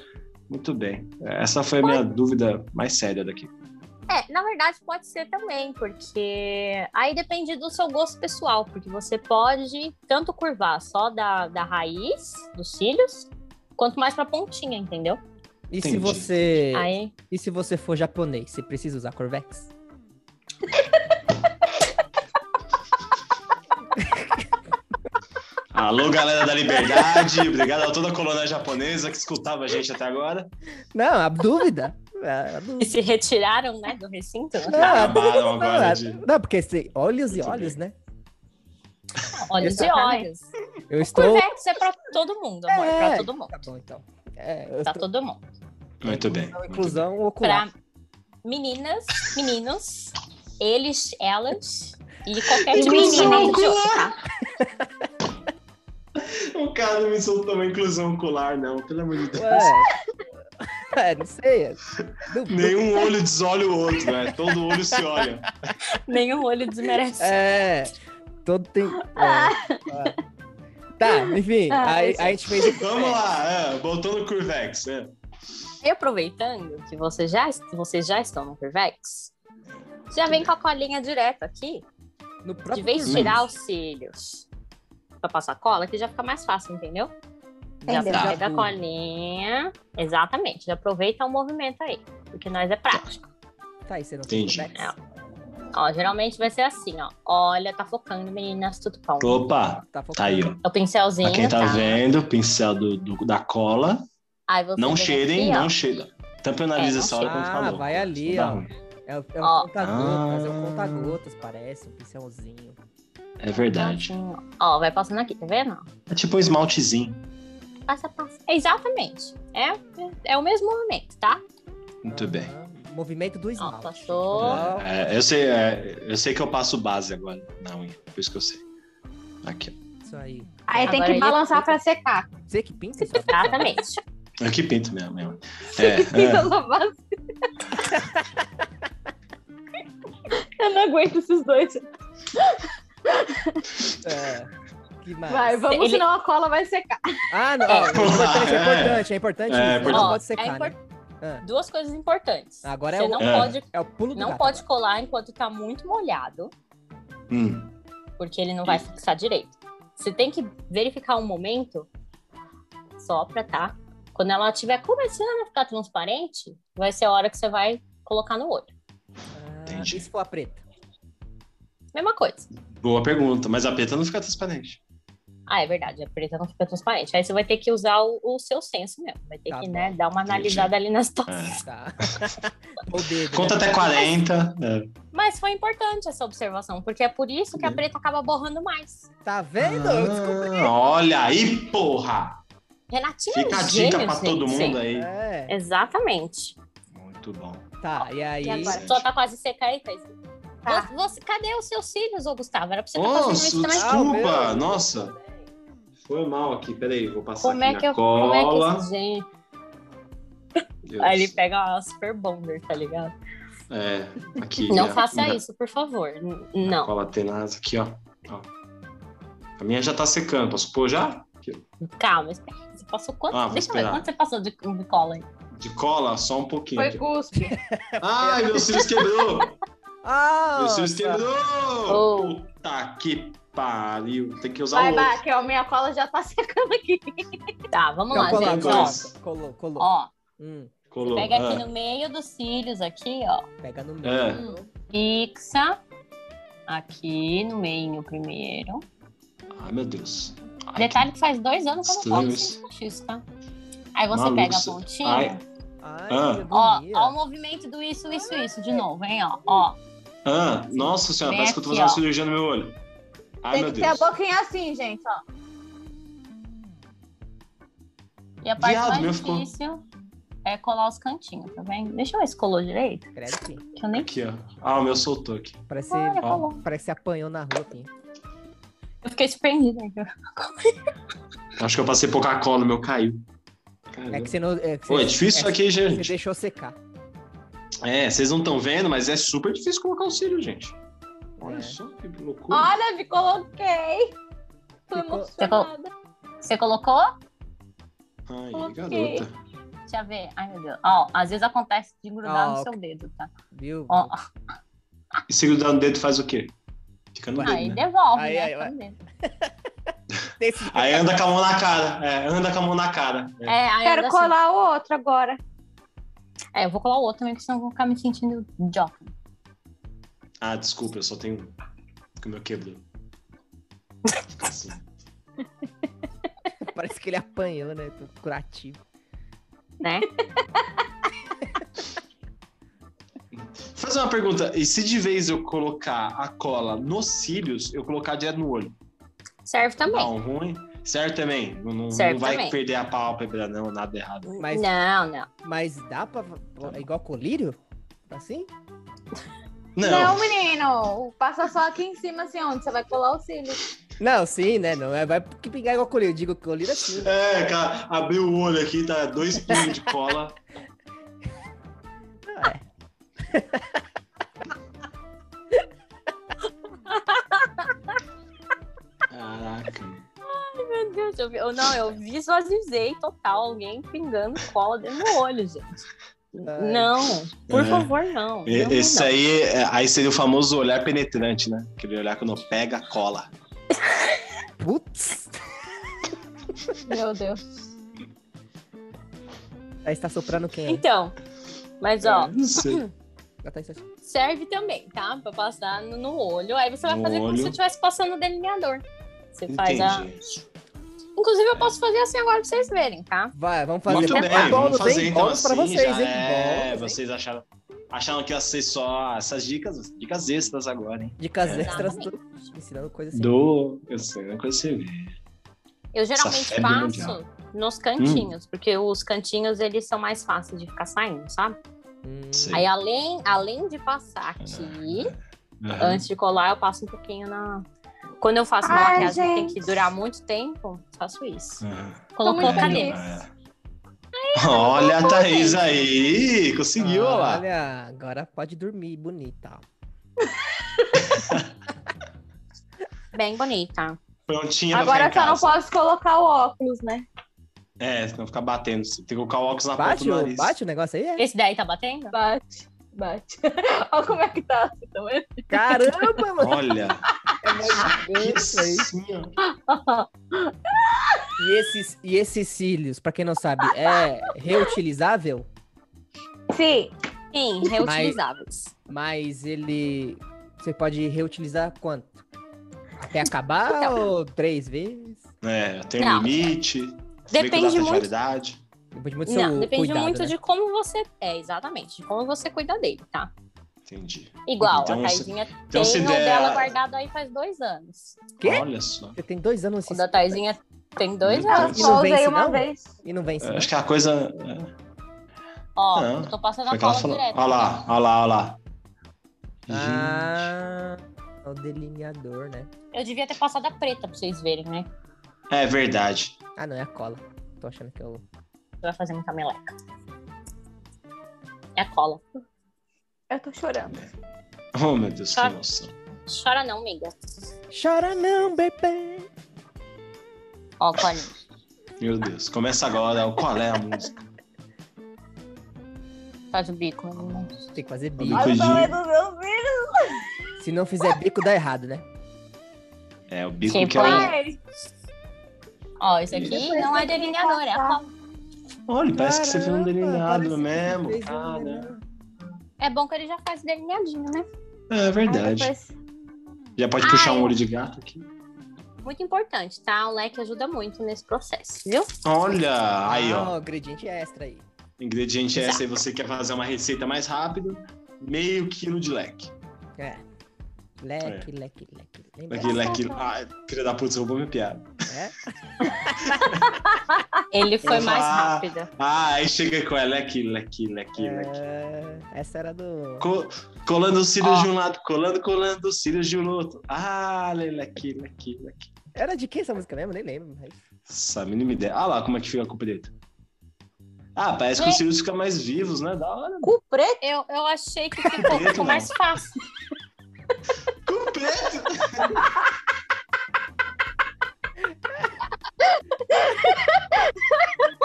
Speaker 3: Muito bem. Essa foi a minha dúvida mais séria daqui.
Speaker 5: É, na verdade pode ser também, porque aí depende do seu gosto pessoal, porque você pode tanto curvar só da, da raiz, dos cílios, quanto mais pra pontinha, entendeu?
Speaker 4: E se
Speaker 3: Entendi.
Speaker 4: você.
Speaker 5: Aí,
Speaker 4: E se você for japonês, você precisa usar Corvex?
Speaker 3: Alô, galera da Liberdade. Obrigado a toda a colônia japonesa que escutava a gente até agora.
Speaker 4: Não, a dúvida. É, a dúvida.
Speaker 5: e se retiraram, né, do recinto. né?
Speaker 4: Ah,
Speaker 3: Acabaram
Speaker 4: não,
Speaker 3: agora
Speaker 4: é-
Speaker 3: de.
Speaker 4: não, porque você, olhos e
Speaker 3: Muito
Speaker 4: olhos, né?
Speaker 5: Olhos e
Speaker 1: Exatamente.
Speaker 5: olhos.
Speaker 4: Eu estou.
Speaker 5: Curvex é pra todo mundo, amor,
Speaker 4: É.
Speaker 5: pra todo mundo.
Speaker 4: Tá bom, então. É, eu
Speaker 5: Pra
Speaker 4: estou-
Speaker 5: todo mundo.
Speaker 3: Muito bem. muito
Speaker 4: inclusão,
Speaker 3: bem.
Speaker 4: Inclusão ocular.
Speaker 5: Pra meninas, meninos, eles, elas e qualquer tipo de
Speaker 1: Inclusão
Speaker 5: menino de outro, tá?
Speaker 3: O O cara não me soltou uma inclusão ocular, não, pelo amor de Deus.
Speaker 4: Ué. É, não sei. Do- do-
Speaker 3: Nenhum olho desolha o outro, né? Todo olho se olha.
Speaker 5: Nenhum olho desmerece.
Speaker 4: É. Todo tem. é,
Speaker 5: Ah.
Speaker 4: tá. Tá, enfim.
Speaker 1: Ah,
Speaker 4: aí,
Speaker 1: isso.
Speaker 4: aí a gente fez.
Speaker 3: Vamos lá, é, voltando ao Curvex. É.
Speaker 5: E aproveitando que você já, vocês já estão no Curvex, já vem com a colinha direto aqui.
Speaker 4: No
Speaker 5: De
Speaker 4: próprio
Speaker 5: vez de
Speaker 4: curso.
Speaker 5: tirar os cílios pra passar cola, que já fica mais fácil, entendeu? Já
Speaker 1: Entendeu.
Speaker 5: pega a colinha. Exatamente, já aproveita o movimento aí, porque nós é prático.
Speaker 4: Tá, aí você não tem
Speaker 3: Entendi.
Speaker 4: Curvex?
Speaker 5: É. Ó, geralmente vai ser assim, ó. Olha, tá focando, meninas, tudo bom.
Speaker 3: Opa,
Speaker 4: Tá
Speaker 3: tá aí, ó.
Speaker 5: É o pincelzinho,
Speaker 3: Pra quem tá
Speaker 5: tá?
Speaker 3: vendo, o pincel do, do- da cola.
Speaker 5: Aí você
Speaker 3: Não
Speaker 5: vem
Speaker 3: cheirem,
Speaker 5: aqui, ó.
Speaker 3: não cheirem. Tampa o nariz
Speaker 5: É,
Speaker 3: essa
Speaker 5: não
Speaker 3: hora quando
Speaker 4: cheira.
Speaker 3: falou. Tá
Speaker 4: Ah, vai ali,
Speaker 3: Dá
Speaker 4: ó.
Speaker 3: ruim.
Speaker 4: É, o- é um
Speaker 5: Ó.
Speaker 4: conta-gotas, é um
Speaker 3: Ah.
Speaker 4: conta-gotas, parece, um pincelzinho.
Speaker 3: É verdade.
Speaker 5: Assim, ó. Ó, vai passando aqui, tá vendo?
Speaker 3: É tipo um esmaltezinho.
Speaker 5: Passa, passa. Exatamente. É, é o mesmo movimento, tá?
Speaker 3: Muito bem.
Speaker 4: Aham. Movimento do esmalte.
Speaker 5: passou.
Speaker 4: Ó,
Speaker 3: É, eu, sei, é, eu sei que eu passo base agora na unha, por isso que eu sei. Aqui, ó.
Speaker 4: Isso aí.
Speaker 1: Aí tem
Speaker 5: Agora
Speaker 1: que
Speaker 5: ele-
Speaker 1: balançar pra secar.
Speaker 4: Você que pinta isso?
Speaker 5: Exatamente.
Speaker 3: Eu que pinto mesmo. mesmo. É, é.
Speaker 1: Eu só faço- Eu não aguento esses dois.
Speaker 4: É. Que mais?
Speaker 1: Vai, vamos,
Speaker 5: Ele-
Speaker 1: senão a cola vai secar.
Speaker 4: Ah, não.
Speaker 5: É.
Speaker 4: ó, importante, é
Speaker 3: É.
Speaker 4: importante,
Speaker 3: É,
Speaker 4: é importante. isso.
Speaker 3: importante.
Speaker 4: Não
Speaker 5: Ó,
Speaker 4: pode secar,
Speaker 5: é impor-
Speaker 4: né?
Speaker 5: Duas coisas importantes.
Speaker 4: Agora é
Speaker 5: Você
Speaker 4: o-
Speaker 5: não
Speaker 3: É.
Speaker 5: pode
Speaker 4: É o pulo do
Speaker 5: Não
Speaker 4: gato
Speaker 5: pode
Speaker 4: agora.
Speaker 5: colar enquanto tá muito molhado,
Speaker 3: Hum,
Speaker 5: porque ele não vai fixar direito. Você tem que verificar um momento só pra tá. Quando ela estiver começando a ficar transparente, vai ser a hora que você vai colocar no olho.
Speaker 4: Ah,
Speaker 3: Entendi.
Speaker 4: e se for a preta?
Speaker 5: Mesma coisa.
Speaker 3: boa pergunta, mas a preta não fica transparente.
Speaker 5: Ah, é verdade, a preta não fica transparente. Aí você vai ter que usar o, o seu senso mesmo. Vai ter
Speaker 4: Tá
Speaker 5: que,
Speaker 4: bom.
Speaker 5: né, dar uma analisada ali nas situação.
Speaker 3: É.
Speaker 4: Tá. o dedo.
Speaker 3: Conta
Speaker 4: né?
Speaker 3: até 40. é.
Speaker 5: Mas foi importante essa observação, porque é por isso
Speaker 3: Né.
Speaker 5: que a preta acaba borrando mais.
Speaker 4: Tá vendo? Eu descobri.
Speaker 3: Ah, olha aí, porra!
Speaker 5: Renatinha
Speaker 3: Fica
Speaker 5: é
Speaker 3: a
Speaker 5: um
Speaker 3: dica
Speaker 5: gênio,
Speaker 3: pra todo
Speaker 5: gente.
Speaker 3: mundo né? aí.
Speaker 4: É.
Speaker 5: Exatamente.
Speaker 3: Muito bom.
Speaker 4: Tá, e aí.
Speaker 5: E agora?
Speaker 3: Isso.
Speaker 5: Só tá quase seca aí, Thaís.
Speaker 1: Tá.
Speaker 5: Você, você- cadê os seus cílios, ô Gustavo? Era pra você estar
Speaker 3: Ô,
Speaker 5: fazendo
Speaker 3: su-
Speaker 5: isso também.
Speaker 4: Ah, o meu.
Speaker 3: desculpa! Nossa! Foi mal aqui, peraí, vou passar
Speaker 5: Como
Speaker 3: aqui
Speaker 5: é, que
Speaker 3: na
Speaker 5: eu,
Speaker 3: cola.
Speaker 5: como é que esse gente...
Speaker 3: Deus.
Speaker 5: Aí ele pega uma super bonder, tá ligado?
Speaker 3: É, aqui.
Speaker 5: não
Speaker 3: né?
Speaker 5: faça
Speaker 3: Na-
Speaker 5: isso, por favor. N-
Speaker 3: na
Speaker 5: Não.
Speaker 3: Cola tenaz aqui, ó. Ó. A minha já tá secando, posso pôr já?
Speaker 5: Calma, espera. Você passou quanto?
Speaker 3: Ah, vou
Speaker 5: Deixa eu ver,
Speaker 3: esperar.
Speaker 5: quanto você passou de, de cola aí?
Speaker 3: De cola, só um pouquinho.
Speaker 1: Foi cuspe.
Speaker 3: Ai, meu cílios quebrou!
Speaker 4: Ah!
Speaker 3: meu cílios quebrou!
Speaker 5: Oh.
Speaker 3: Puta que pariu! Tem que usar
Speaker 1: Vai,
Speaker 3: o outro.
Speaker 1: vai, que a minha cola já tá secando aqui.
Speaker 5: Tá, vamos
Speaker 4: Então,
Speaker 5: lá,
Speaker 4: colou
Speaker 5: gente.
Speaker 4: agora.
Speaker 5: Ó,
Speaker 3: ó.
Speaker 4: Colou, colou.
Speaker 5: ó,
Speaker 4: Hum,
Speaker 3: Colou.
Speaker 5: pega aqui
Speaker 3: ah.
Speaker 5: no meio dos cílios, aqui, ó.
Speaker 4: pega no meio.
Speaker 3: É.
Speaker 5: Fixa. Aqui no meio primeiro.
Speaker 3: Ai, meu Deus. Ai,
Speaker 5: Detalhe que faz dois anos que eu não colo
Speaker 3: Estranho
Speaker 5: cílios postiços, tá? Aí você
Speaker 3: Maluco,
Speaker 5: pega a
Speaker 3: você-
Speaker 5: pontinha.
Speaker 3: Ai.
Speaker 4: Ai,
Speaker 3: Ah.
Speaker 4: que
Speaker 5: Ó,
Speaker 4: agonia.
Speaker 5: ó o movimento do isso, isso, isso, de novo, hein, ó. ó.
Speaker 3: Ah, nossa senhora,
Speaker 5: Vem
Speaker 3: parece que eu tô
Speaker 5: aqui,
Speaker 3: fazendo uma
Speaker 5: ó.
Speaker 3: cirurgia no meu olho. Ai,
Speaker 1: Tem
Speaker 3: meu
Speaker 1: que ter a
Speaker 3: Deus.
Speaker 1: boquinha assim, gente, ó.
Speaker 5: E a parte
Speaker 3: Viado, meu
Speaker 5: mais
Speaker 3: ficou.
Speaker 5: difícil é colar os cantinhos, tá vendo? Deixa eu ver se colou direito,
Speaker 4: Credo, sim.
Speaker 5: que eu nem...
Speaker 3: Aqui, ó. Ah, o meu soltou aqui.
Speaker 4: Parece,
Speaker 5: Olha,
Speaker 3: ó.
Speaker 5: colou.
Speaker 4: parece que você apanhou na rua, assim. Pinho.
Speaker 5: Eu fiquei surpreendida. né?
Speaker 3: Acho que eu passei pouca cola, o meu caiu.
Speaker 4: É que você não. É, que
Speaker 3: Pô,
Speaker 4: você-
Speaker 3: é difícil isso
Speaker 4: é que
Speaker 3: aqui,
Speaker 4: Você
Speaker 3: gente.
Speaker 4: deixou secar.
Speaker 3: É, vocês não estão vendo, mas é super difícil colocar o cílio, gente. Olha
Speaker 4: É.
Speaker 3: só que loucura.
Speaker 1: Olha, me coloquei. Tô
Speaker 4: Ficou-
Speaker 1: emocionada.
Speaker 5: Você colocou?
Speaker 3: Ai,
Speaker 1: ok.
Speaker 3: garota.
Speaker 5: Deixa eu ver. Ai, meu Deus. Ó, às vezes acontece de grudar
Speaker 4: Ó,
Speaker 5: no
Speaker 4: ó.
Speaker 5: seu dedo, tá?
Speaker 4: Viu?
Speaker 5: Ó,
Speaker 3: E se grudar no dedo faz o quê? Fica
Speaker 1: Ah,
Speaker 3: no
Speaker 5: aí
Speaker 1: é
Speaker 3: dedo, né?
Speaker 5: devolve,
Speaker 4: Aí,
Speaker 5: né?
Speaker 4: aí,
Speaker 5: Fica no dedo.
Speaker 4: Desse-
Speaker 3: Aí anda com a mão na cara. É, anda com a mão na cara. É.
Speaker 5: É, aí
Speaker 1: Quero
Speaker 5: anda assim.
Speaker 1: colar o outro agora.
Speaker 5: É, eu vou colar o outro também, porque senão eu vou ficar me sentindo idiota.
Speaker 3: Ah, desculpa, eu só tenho um. Que o meu quebrou. Fica assim.
Speaker 4: Parece que ele apanhou, né? Tô curativo.
Speaker 5: Né?
Speaker 3: Vou fazer uma pergunta. E se de vez eu colocar a cola nos cílios, eu colocar direto no olho?
Speaker 5: Serve também.
Speaker 3: Não, ruim. Certo também. Não, não-
Speaker 5: Certo
Speaker 3: não vai
Speaker 5: também.
Speaker 3: perder a pálpebra, não, nada errado.
Speaker 4: Mas-
Speaker 5: Não, não.
Speaker 4: Mas dá pra. É igual colírio? Assim?
Speaker 1: Não, menino. Passa só aqui em cima, assim, onde você vai colar o cílio.
Speaker 4: Não, sim, né? Não é, vai que pingar igual colírio. Eu digo colírio assim.
Speaker 3: É, cara, abriu o olho aqui, tá dois quilos de cola.
Speaker 4: Ah, é.
Speaker 3: Caraca.
Speaker 5: Meu Deus, eu, vi- eu- não, eu visualizei total alguém pingando cola dentro do olho, gente.
Speaker 4: Ai.
Speaker 5: Não, por
Speaker 3: É.
Speaker 5: favor, não.
Speaker 3: E-
Speaker 5: Não,
Speaker 3: Esse
Speaker 5: não.
Speaker 3: aí, é- aí seria o famoso olhar penetrante, né? Aquele olhar quando pega a cola.
Speaker 4: Putz!
Speaker 5: Meu Deus.
Speaker 4: Aí está soprando
Speaker 3: é-
Speaker 4: quem?
Speaker 5: Então,
Speaker 4: É.
Speaker 5: mas ó,
Speaker 3: Não sei.
Speaker 4: Ela tá está-
Speaker 5: serve também, tá? Pra passar no, no olho. Aí você vai
Speaker 3: No
Speaker 5: fazer como
Speaker 3: olho.
Speaker 5: se estivesse passando delineador. Você faz a.
Speaker 3: Entendi.
Speaker 5: Inclusive, eu posso fazer assim agora pra vocês verem, tá?
Speaker 4: Vai, vamos fazer.
Speaker 3: Muito
Speaker 4: Tá
Speaker 3: bem,
Speaker 4: bom,
Speaker 3: vamos
Speaker 4: não tem?
Speaker 3: fazer então
Speaker 4: Bônus
Speaker 3: assim.
Speaker 4: pra vocês,
Speaker 3: já
Speaker 4: hein?
Speaker 3: é,
Speaker 4: Bônus, hein?
Speaker 3: vocês acharam, acharam que ia ser só essas dicas, dicas extras agora, hein?
Speaker 4: Dicas
Speaker 3: É.
Speaker 4: extras,
Speaker 5: Exatamente.
Speaker 4: tô ensinando coisas assim.
Speaker 3: Do, eu sei, é não conheci.
Speaker 5: Eu geralmente
Speaker 3: febre
Speaker 5: faço
Speaker 3: mundial.
Speaker 5: nos
Speaker 3: Hum.
Speaker 5: cantinhos, porque os cantinhos eles são mais fáceis de ficar saindo, sabe?
Speaker 4: Hum,
Speaker 3: Sim.
Speaker 5: Aí além, além de passar aqui,
Speaker 3: Aham.
Speaker 5: antes de colar, eu passo um pouquinho na. Quando eu faço uma
Speaker 1: Ai,
Speaker 5: maquiagem que tem
Speaker 1: gente.
Speaker 5: que durar muito tempo, faço isso.
Speaker 3: Aham. É,
Speaker 5: Colocou
Speaker 1: muito
Speaker 5: a
Speaker 1: feliz.
Speaker 5: caneta.
Speaker 3: Olha a Thaís aí, conseguiu, olha lá. Tá
Speaker 4: Olha, agora pode dormir bonita.
Speaker 5: Bem bonita.
Speaker 3: Prontinha pra
Speaker 1: Agora
Speaker 3: ficar
Speaker 1: só
Speaker 3: em
Speaker 1: não
Speaker 3: casa.
Speaker 1: posso colocar o óculos, né?
Speaker 3: É, senão fica batendo. Você tem que colocar o óculos na ponta
Speaker 4: Bate,
Speaker 3: do nariz.
Speaker 4: o- bate o negócio aí? é?
Speaker 5: Esse daí tá batendo?
Speaker 1: Bate, bate. Olha como é que tá. Então, é-
Speaker 4: Caramba, mano.
Speaker 3: Olha,
Speaker 4: é mais
Speaker 3: que
Speaker 4: grosso aí.
Speaker 3: senhora.
Speaker 4: E esses, e esses cílios, pra quem não sabe, é reutilizável,
Speaker 1: Sim,
Speaker 5: Sim, reutilizáveis.
Speaker 4: mas ele. Você pode reutilizar quanto? Até acabar
Speaker 5: Então.
Speaker 4: ou três vezes?
Speaker 3: É, tem um
Speaker 5: Não.
Speaker 3: limite.
Speaker 5: Depende muito-
Speaker 3: muito.
Speaker 4: Depende muito do seu
Speaker 5: Não, depende
Speaker 4: cuidado,
Speaker 5: muito
Speaker 4: né?
Speaker 5: de como você. É, exatamente. De como você cuida dele, tá?
Speaker 3: Entendi.
Speaker 5: Igual,
Speaker 3: Então,
Speaker 5: a
Speaker 3: se-
Speaker 5: Taizinha
Speaker 3: então, se
Speaker 5: tem o
Speaker 3: der-
Speaker 5: dela guardado aí faz dois anos.
Speaker 4: Quê?
Speaker 3: Olha só.
Speaker 4: Você tem dois anos
Speaker 5: Quando
Speaker 4: assim,
Speaker 5: a Taizinha tem dois
Speaker 3: Meu
Speaker 1: eu
Speaker 5: anos.
Speaker 3: Deus.
Speaker 1: só usei
Speaker 4: vence,
Speaker 1: uma
Speaker 4: não?
Speaker 1: vez.
Speaker 4: e não vence.
Speaker 3: Eu
Speaker 4: né?
Speaker 3: Acho que é a coisa.
Speaker 5: Ó,
Speaker 3: Ah,
Speaker 5: eu tô passando
Speaker 3: Foi
Speaker 5: a
Speaker 3: que ela
Speaker 5: cola
Speaker 3: falou.
Speaker 5: direto.
Speaker 3: Olha lá, olha lá, olha lá.
Speaker 4: Ah, é o delineador, né?
Speaker 5: Eu devia ter passado a preta pra vocês verem, né?
Speaker 3: Gente, É verdade.
Speaker 4: Ah, não, é a cola. Tô achando que é o.
Speaker 5: Vai fazer muita meleca. É a cola.
Speaker 1: Eu tô chorando.
Speaker 3: Oh, meu Deus, que
Speaker 5: Tá.
Speaker 3: emoção.
Speaker 5: Chora não, amiga.
Speaker 4: Chora não, bebê!
Speaker 5: Ó, colinha.
Speaker 3: Meu Deus. Começa agora. o Qual é a música?
Speaker 5: Faz o bico, meu amor.
Speaker 4: Tem que fazer
Speaker 3: Olha
Speaker 4: bico.
Speaker 3: o Cuidinho. tamanho
Speaker 1: dos meus filhos.
Speaker 4: Se não fizer bico, dá errado, né?
Speaker 3: É o bico
Speaker 5: Sim,
Speaker 3: que é o.
Speaker 5: Ó, esse aqui
Speaker 1: Depois
Speaker 5: não
Speaker 1: você tem
Speaker 5: é
Speaker 1: que
Speaker 5: delineador, é a
Speaker 1: passar.
Speaker 5: cola.
Speaker 3: Olha, parece que você fez um
Speaker 4: Caramba, parece
Speaker 3: delineado
Speaker 4: que
Speaker 3: mesmo. Ah, né?
Speaker 4: fez um
Speaker 3: Cara.
Speaker 4: delineado.
Speaker 5: É bom que ele já faz delineadinho, né?
Speaker 3: É verdade. Já pode puxar um olho de gato aqui.
Speaker 5: Muito importante, tá? O leque ajuda muito nesse processo, viu?
Speaker 3: Olha, aí ó.
Speaker 4: Ah, o ingrediente extra aí.
Speaker 3: Ingrediente é essa aí, você quer fazer uma receita mais rápido, meio quilo de leque.
Speaker 4: É. Leque, leque, leque. Lembra?
Speaker 3: Leque, leque. Ah, filha da puta, você roubou minha piada.
Speaker 4: É?
Speaker 5: Ele foi
Speaker 3: vou
Speaker 5: mais
Speaker 3: falar-
Speaker 5: rápido.
Speaker 3: Ah, aí chega com é leque, leque, leque, leque.
Speaker 4: É, Essa era do.
Speaker 3: Co- colando os cílios
Speaker 5: Ó.
Speaker 3: de um lado, colando, colando os cílios de um outro. Ah, le- leque, leque, leque.
Speaker 4: Era de quem essa música mesmo? Nem lembro. Mas...
Speaker 3: Nossa, a mínima ideia. Ah lá, como é que fica com o preto. Ah, parece que os cílios ficam mais vivos, né? Da hora.
Speaker 1: Cu preto?
Speaker 5: Eu, eu achei que
Speaker 1: é
Speaker 5: ficou,
Speaker 3: Preto
Speaker 5: ficou
Speaker 3: não.
Speaker 5: mais fácil.
Speaker 3: Com o preto!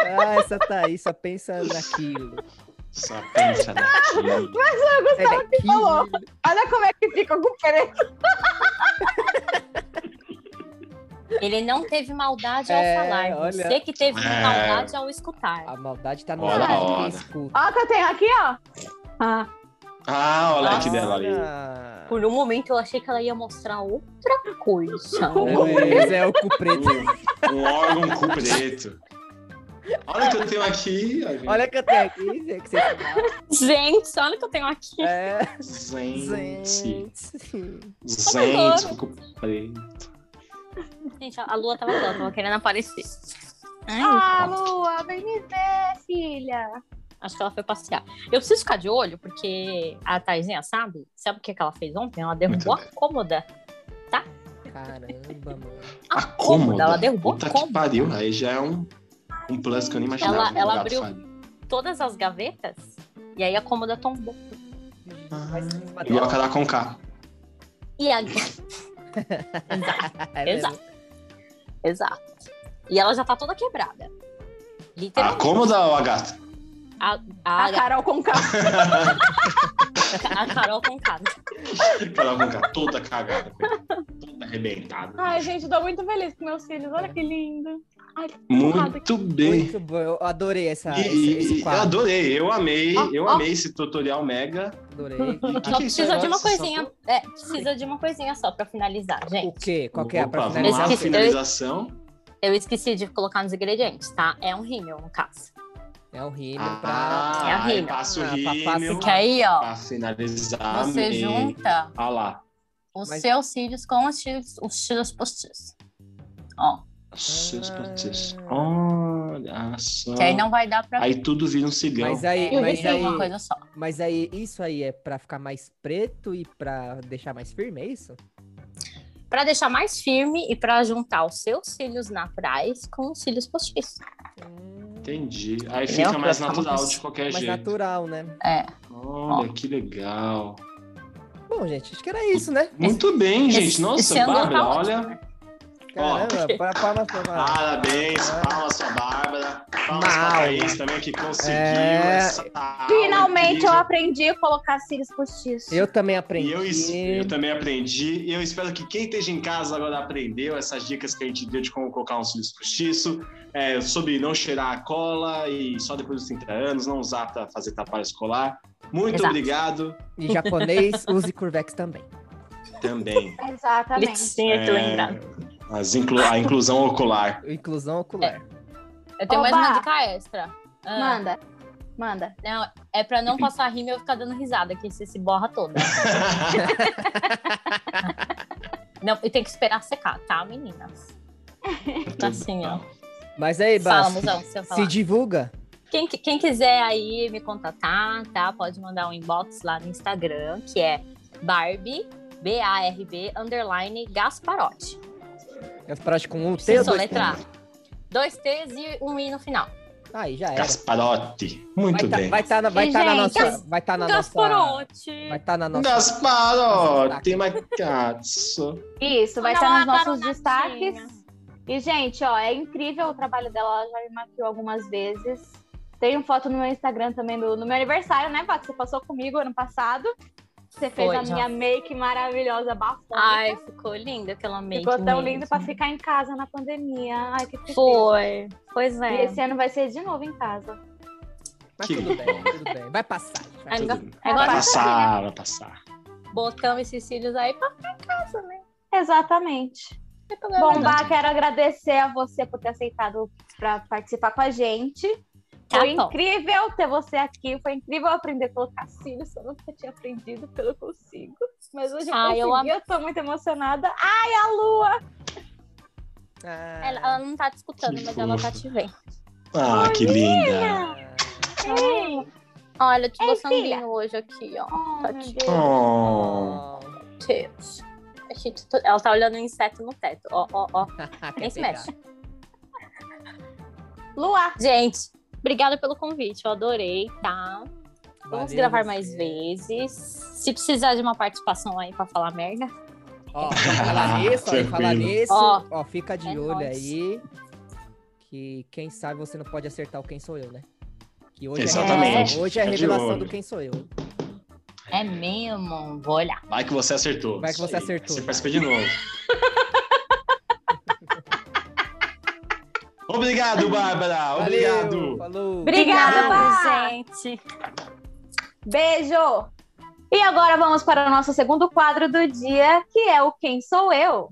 Speaker 4: Ah, essa Thaís só pensa naquilo. É
Speaker 3: Só pensa naquilo.
Speaker 4: Sai daquilo.
Speaker 1: Olha como é que fica com preto.
Speaker 5: Ele não teve maldade
Speaker 4: É,
Speaker 5: ao falar.
Speaker 4: olha.
Speaker 5: Você que teve
Speaker 3: É.
Speaker 5: maldade ao escutar.
Speaker 4: A maldade tá no
Speaker 3: Olha,
Speaker 4: ar,
Speaker 3: olha.
Speaker 4: quem escuta.
Speaker 1: Ó, o que eu tenho aqui, ó. Ah,
Speaker 3: Ah, olha o leque dela ali.
Speaker 4: Olha.
Speaker 5: Por um momento eu achei que ela ia mostrar outra coisa.
Speaker 4: Pois é, o cu preto.
Speaker 3: Um, um órgão com preto. Olha o que eu tenho aqui. ó, gente.
Speaker 4: Olha que eu tenho aqui, é que você
Speaker 5: Gente, olha o que eu tenho aqui.
Speaker 4: É,
Speaker 3: Gente.
Speaker 4: gente.
Speaker 3: Gente, ficou preto.
Speaker 5: Gente, a lua tava dando, tava querendo aparecer. Ai,
Speaker 1: ah Lua, vem me ver, filha.
Speaker 5: acho que ela foi passear. Eu preciso ficar de olho, porque a Taizinha sabe? Sabe o que, que ela fez ontem? Ela derrubou
Speaker 3: Muito
Speaker 5: a cômoda
Speaker 4: Caramba, mano.
Speaker 3: A cômoda.
Speaker 5: ela derrubou
Speaker 3: Puta
Speaker 5: a
Speaker 3: que
Speaker 5: cômoda.
Speaker 3: pariu. Aí já é um, um plus que eu nem imaginava.
Speaker 5: Ela-
Speaker 3: no
Speaker 5: ela
Speaker 3: gato,
Speaker 5: abriu.
Speaker 3: sabe?
Speaker 5: Todas as gavetas. E aí a cômoda tombou.
Speaker 3: Igual a Cará com K.
Speaker 5: E a...
Speaker 4: É mesmo.
Speaker 5: Exato. Exato. E ela já tá toda quebrada.
Speaker 3: A
Speaker 5: Literalmente.
Speaker 3: cômoda ou a gata? Ah.
Speaker 5: A,
Speaker 1: A Carol com K.
Speaker 5: a Carol tá com K.
Speaker 3: Cará com K, toda cagada. Toda arrebentada.
Speaker 1: Ai, gente, eu tô muito feliz com meus filhos. Olha que lindo. Ai, que honrada.
Speaker 3: Muito bem.
Speaker 4: Muito bom, eu adorei essa,
Speaker 3: E-
Speaker 4: esse,
Speaker 3: e-
Speaker 4: esse
Speaker 3: eu
Speaker 4: quadro.
Speaker 3: adorei, eu amei,
Speaker 1: Ó,
Speaker 3: eu
Speaker 1: ó.
Speaker 3: amei esse tutorial mega.
Speaker 4: Adorei.
Speaker 3: E que
Speaker 5: Só
Speaker 3: que é isso?
Speaker 5: precisa de uma
Speaker 3: Nossa,
Speaker 5: coisinha. É, precisa de uma coisinha só pra finalizar,
Speaker 4: O
Speaker 5: gente.
Speaker 4: quê? Qual que é? Pra
Speaker 3: Opa, vamos
Speaker 4: finalizar?
Speaker 3: lá,
Speaker 5: Esqueci.
Speaker 3: finalização.
Speaker 5: Eu esqueci de colocar nos ingredientes, tá? É um rímel, no caso.
Speaker 4: É um rímel pra...
Speaker 5: É a
Speaker 3: Ah, aí
Speaker 5: rímel.
Speaker 3: passa o
Speaker 4: Ah, pra- pra
Speaker 3: rímel.
Speaker 5: Que aí, ó,
Speaker 3: Pra finalizar,
Speaker 5: você
Speaker 3: amei.
Speaker 5: junta
Speaker 3: Ah lá.
Speaker 5: os
Speaker 4: Mas-
Speaker 5: seus cílios com os cílios, os cílios postiços. Ó,
Speaker 3: Seus pontos. Olha só.
Speaker 5: que aí não vai dar pra.
Speaker 3: Aí tudo vira um cigarro.
Speaker 4: Mas é- aí,
Speaker 5: Eu
Speaker 4: mas
Speaker 5: deixei
Speaker 4: aí,
Speaker 5: uma coisa só.
Speaker 4: mas aí, isso aí é pra ficar mais preto e pra deixar mais firme, é isso?
Speaker 5: Pra deixar mais firme e pra juntar os seus cílios naturais com os cílios postiços.
Speaker 3: Entendi. Aí
Speaker 5: Entendeu?
Speaker 3: fica mais
Speaker 5: Pra ficar
Speaker 3: natural
Speaker 5: mais-
Speaker 3: de qualquer
Speaker 4: Mais
Speaker 3: É jeito.
Speaker 4: natural, né?
Speaker 3: Olha, que legal.
Speaker 4: Bom, gente, acho que era isso, né?
Speaker 3: Muito bem, gente.
Speaker 5: Esse-
Speaker 3: Nossa,
Speaker 5: esse ano
Speaker 3: Bárbara,
Speaker 5: tá
Speaker 3: olha.
Speaker 4: Caramba, pra palmas pra palmas.
Speaker 3: Ah, Parabéns, palmas pra Bárbara. Palmas pra
Speaker 4: Uma
Speaker 3: Thaís também, que conseguiu
Speaker 4: É.
Speaker 3: essa aula
Speaker 1: Finalmente eu
Speaker 3: incrível.
Speaker 1: aprendi a colocar cílios postiços.
Speaker 4: Eu também aprendi.
Speaker 3: E eu, es- eu também aprendi. E eu espero que quem esteja em casa agora aprendeu essas dicas que a gente deu de como colocar um cílios postiço, é, sobre não cheirar a cola e só depois dos 30 anos, não usar para fazer trabalho escolar. Muito
Speaker 5: Exato.
Speaker 3: obrigado
Speaker 4: E japonês, use Curvex também.
Speaker 3: também.
Speaker 1: Exatamente.
Speaker 5: Litinha, tu
Speaker 3: É,
Speaker 5: lembrado.
Speaker 3: as inclu- a inclusão ocular.
Speaker 4: Inclusão
Speaker 5: É.
Speaker 4: ocular.
Speaker 5: Eu tenho mais
Speaker 1: Oba!
Speaker 5: uma dica extra. Ah,
Speaker 1: Manda. Manda.
Speaker 5: Não, é pra não passar rima e eu ficar dando risada, que você se borra toda. Não, e tem que esperar secar, tá, meninas? Tá assim, ó.
Speaker 4: Mas aí,
Speaker 5: Fala,
Speaker 4: Bas,
Speaker 5: Musão, você
Speaker 4: se
Speaker 5: falar.
Speaker 4: divulga.
Speaker 5: Quem, quem quiser aí me contatar, tá? Pode mandar um inbox lá no Instagram, que é Barbie, B-A-R-B, underline Gasparotti.
Speaker 4: Eu prático com um T
Speaker 5: Se
Speaker 4: ou dois
Speaker 5: soletrar. Dois T's e um I no final.
Speaker 4: T? Aí, já era.
Speaker 3: Gasparotti. Muito
Speaker 4: É. Vai tá,
Speaker 3: bem.
Speaker 4: vai tá na, vai
Speaker 1: E,
Speaker 4: tá na
Speaker 1: gente,
Speaker 4: nossa...
Speaker 1: Gas-
Speaker 4: Vai tá na nossa...
Speaker 5: Gasparotti!
Speaker 4: Vai tá na nossa...
Speaker 3: Gasparotti, Macazzo.
Speaker 1: Isso, vai
Speaker 5: Não,
Speaker 1: estar nos
Speaker 5: a
Speaker 1: nossos
Speaker 5: garotinha.
Speaker 1: destaques. E, gente, ó, é incrível o trabalho dela. Ela já me maquiou algumas vezes. Tenho foto no meu Instagram também do, no meu aniversário, né, Paty? Você passou comigo ano passado. Você fez
Speaker 5: Foi,
Speaker 1: a minha
Speaker 5: nossa.
Speaker 1: make maravilhosa, bafona.
Speaker 5: Ai, ficou linda aquela make
Speaker 1: Ficou tão
Speaker 5: mesmo.
Speaker 1: lindo pra ficar em casa na pandemia. Ai, que tristeza.
Speaker 5: Foi. Pois
Speaker 1: E
Speaker 5: é.
Speaker 1: esse ano vai ser de novo em casa.
Speaker 4: Mas
Speaker 3: Que
Speaker 4: tudo bem, tudo bem. Vai passar. vai
Speaker 5: Ai,
Speaker 4: passar.
Speaker 5: Agora-
Speaker 3: Tudo- Vai
Speaker 5: Agora
Speaker 3: passar, vai passar.
Speaker 5: botamos esses cílios aí pra ficar em casa, né?
Speaker 1: Exatamente.
Speaker 5: Não tem problema,
Speaker 1: Bom, Bá, quero agradecer a você por ter aceitado para participar com a gente.
Speaker 5: Tá
Speaker 1: Foi
Speaker 5: bom.
Speaker 1: incrível ter você aqui. Foi incrível aprender a colocar cílios. Eu nunca tinha aprendido, pelo consigo. Mas hoje eu
Speaker 5: Ai,
Speaker 1: consegui.
Speaker 5: eu
Speaker 1: Eu, tô muito emocionada. Ai, a lua!
Speaker 4: Ah,
Speaker 5: Ela, ela não tá te escutando,
Speaker 3: Que
Speaker 5: mas ela tá
Speaker 3: fofa.
Speaker 5: te vendo.
Speaker 3: Ah, que linda.
Speaker 4: ah,
Speaker 5: Olha, eu te dou
Speaker 1: Ei, filha.
Speaker 5: sanguinho hoje aqui, ó.
Speaker 1: Oh,
Speaker 5: Tá
Speaker 1: meu
Speaker 5: aqui.
Speaker 1: Deus.
Speaker 3: Oh.
Speaker 4: oh.
Speaker 5: Deus. A gente tá- Ela tá olhando um inseto no teto. Ó, ó, ó.
Speaker 4: Quer
Speaker 5: Nem se
Speaker 4: pegar.
Speaker 5: mexe.
Speaker 1: Lua!
Speaker 5: Gente, obrigada pelo convite. Eu adorei, tá? Vamos
Speaker 4: Valeu
Speaker 5: gravar
Speaker 4: você.
Speaker 5: mais vezes. Se precisar de uma participação aí pra falar merda,
Speaker 4: Ó, falar nisso, ó,
Speaker 3: Tranquilo.
Speaker 4: falar nisso, ó,
Speaker 5: Ó,
Speaker 4: fica de
Speaker 5: é
Speaker 4: olho
Speaker 5: nóis.
Speaker 4: aí. Que quem sabe você não pode acertar o quem sou eu, né? Que hoje
Speaker 3: Exatamente.
Speaker 4: É, hoje é a
Speaker 3: Fica de
Speaker 4: revelação
Speaker 3: olho.
Speaker 4: do quem sou eu.
Speaker 5: é mesmo. Vou olhar.
Speaker 3: Vai que você acertou.
Speaker 4: Vai que você
Speaker 3: Isso aí.
Speaker 4: acertou.
Speaker 3: Você participa de novo. Obrigado, Bárbara.
Speaker 4: Valeu,
Speaker 3: Obrigado.
Speaker 4: falou.
Speaker 1: Obrigada, Bá.
Speaker 5: gente.
Speaker 1: Beijo! E agora vamos para o nosso segundo quadro do dia, que é o Quem Sou Eu?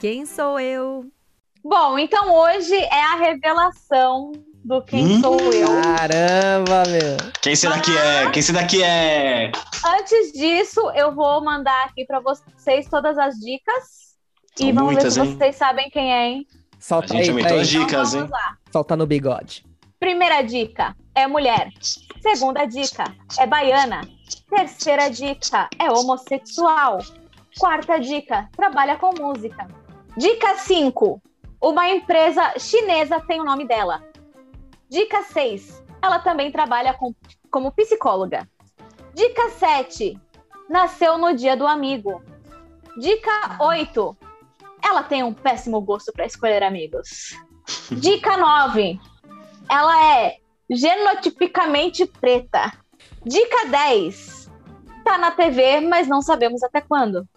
Speaker 2: Quem sou eu?
Speaker 1: Bom, então hoje é a revelação do Quem
Speaker 3: Hum.
Speaker 1: Sou
Speaker 4: Ah,
Speaker 1: Eu.
Speaker 4: Caramba, meu.
Speaker 3: Quem será que é? Quem será que é?
Speaker 1: Antes disso, eu vou mandar aqui para vocês todas as dicas.
Speaker 3: São
Speaker 1: e vamos
Speaker 3: muitas,
Speaker 1: ver se
Speaker 3: hein?
Speaker 1: vocês sabem quem é, hein?
Speaker 3: A
Speaker 4: Solta
Speaker 3: gente
Speaker 4: aí,
Speaker 3: aumentou
Speaker 4: aí.
Speaker 3: as dicas,
Speaker 1: então, vamos
Speaker 3: hein?
Speaker 1: lá.
Speaker 4: Solta no bigode.
Speaker 1: Primeira dica: é mulher. Segunda dica, é baiana. Terceira dica, é homossexual. Quarta dica, trabalha com música. Dica 5, uma empresa chinesa tem o nome dela. Dica 6, ela também trabalha com, como psicóloga. Dica 7, nasceu no dia do amigo. Dica 8, ela tem um péssimo gosto para escolher amigos. Dica 9, ela é genotipicamente preta. Dica 10. Tá na TV, mas não sabemos até quando.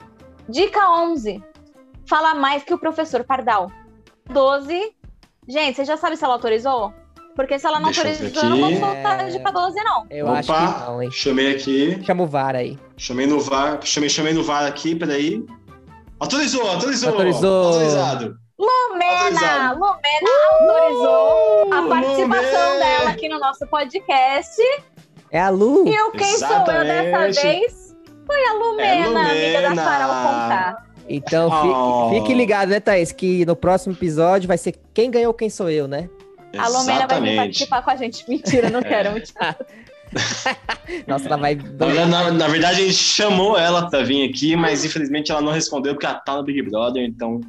Speaker 1: Dica 11. Fala mais que o professor Pardal. 12. Gente, você já sabe se ela autorizou? Porque se ela não
Speaker 3: Deixa eu ver
Speaker 1: autorizou, eu não vou
Speaker 3: aqui.
Speaker 1: soltar a dica 12, não.
Speaker 4: Eu
Speaker 3: Opa.
Speaker 4: acho que não, hein?
Speaker 3: Chamei aqui.
Speaker 4: Chama o VAR aí.
Speaker 3: Chamei no VAR. Chamei, chamei no VAR aqui, peraí. Autorizou, autorizou.
Speaker 4: Autorizou.
Speaker 3: Autorizado.
Speaker 1: Lumena!
Speaker 3: Autorizado.
Speaker 1: Lumena autorizou a participação
Speaker 3: Lumena!
Speaker 1: dela aqui no nosso podcast.
Speaker 4: É a Lu.
Speaker 1: E o Quem Sou Eu dessa
Speaker 3: Exatamente. É
Speaker 1: vez foi a Lumena, amiga da
Speaker 3: Lumena.
Speaker 1: Farol Contar.
Speaker 4: Então fi-
Speaker 3: Oh.
Speaker 4: fique ligado, né, Thaís? Que no próximo episódio vai ser quem ganhou, quem sou eu, né?
Speaker 1: A Lumena vai vir
Speaker 3: Exatamente. É.
Speaker 1: participar com a gente. Mentira, não quero. mentira.
Speaker 4: Nossa, ela vai.
Speaker 3: Na, verdade, na- na verdade, a gente chamou ela pra vir aqui, mas infelizmente ela não respondeu porque ela tá no Big Brother, então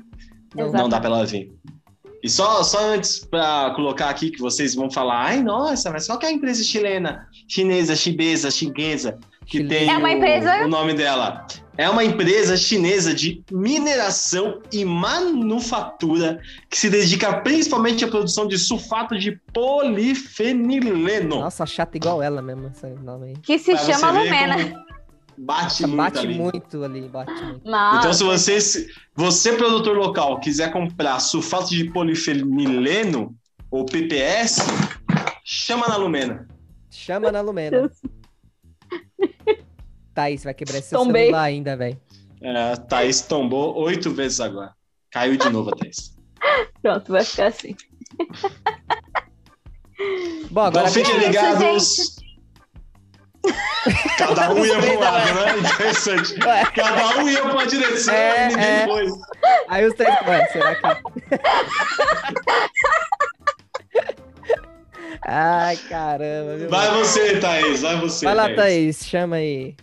Speaker 3: não dá pra ela vir. E só, só antes pra colocar aqui que vocês vão falar, ai, nossa, mas só que a empresa chilena, chinesa, chibesa, chinesa, que tem
Speaker 1: É uma
Speaker 3: o-
Speaker 1: empresa-
Speaker 3: o nome dela. É uma empresa chinesa de mineração e manufatura que se dedica principalmente à produção de sulfato de polifenileno.
Speaker 4: Nossa, chata igual ela mesmo, esse nome aí.
Speaker 1: Que se
Speaker 3: Pra você
Speaker 1: chama
Speaker 3: ver
Speaker 1: Lumena.
Speaker 3: como Bate
Speaker 4: Nossa,
Speaker 3: muito
Speaker 4: bate
Speaker 3: ali.
Speaker 4: muito ali, bate muito.
Speaker 1: Nossa.
Speaker 3: Então, se você, se você, produtor local, quiser comprar sulfato de polifenileno ou PPS, chama na Lumena.
Speaker 4: Chama na Lumena. Thaís, vai quebrar seu
Speaker 1: Tombei.
Speaker 4: celular ainda, velho.
Speaker 3: É, a Thaís tombou oito vezes agora. Caiu de novo a Thaís.
Speaker 1: Pronto, vai ficar assim.
Speaker 4: Bom, agora. é
Speaker 3: então, fiquem
Speaker 1: isso,
Speaker 3: ligados. Cada um ia pra um lado, né? Interessante.
Speaker 4: Ué,
Speaker 3: Cada um ia pra uma direção
Speaker 4: É,
Speaker 3: e ninguém
Speaker 4: é.
Speaker 3: foi.
Speaker 4: aí os três. Ué, será que. Ai, caramba, viu?
Speaker 3: Vai você, Thaís. Vai você.
Speaker 4: Vai lá, Thaís, chama aí.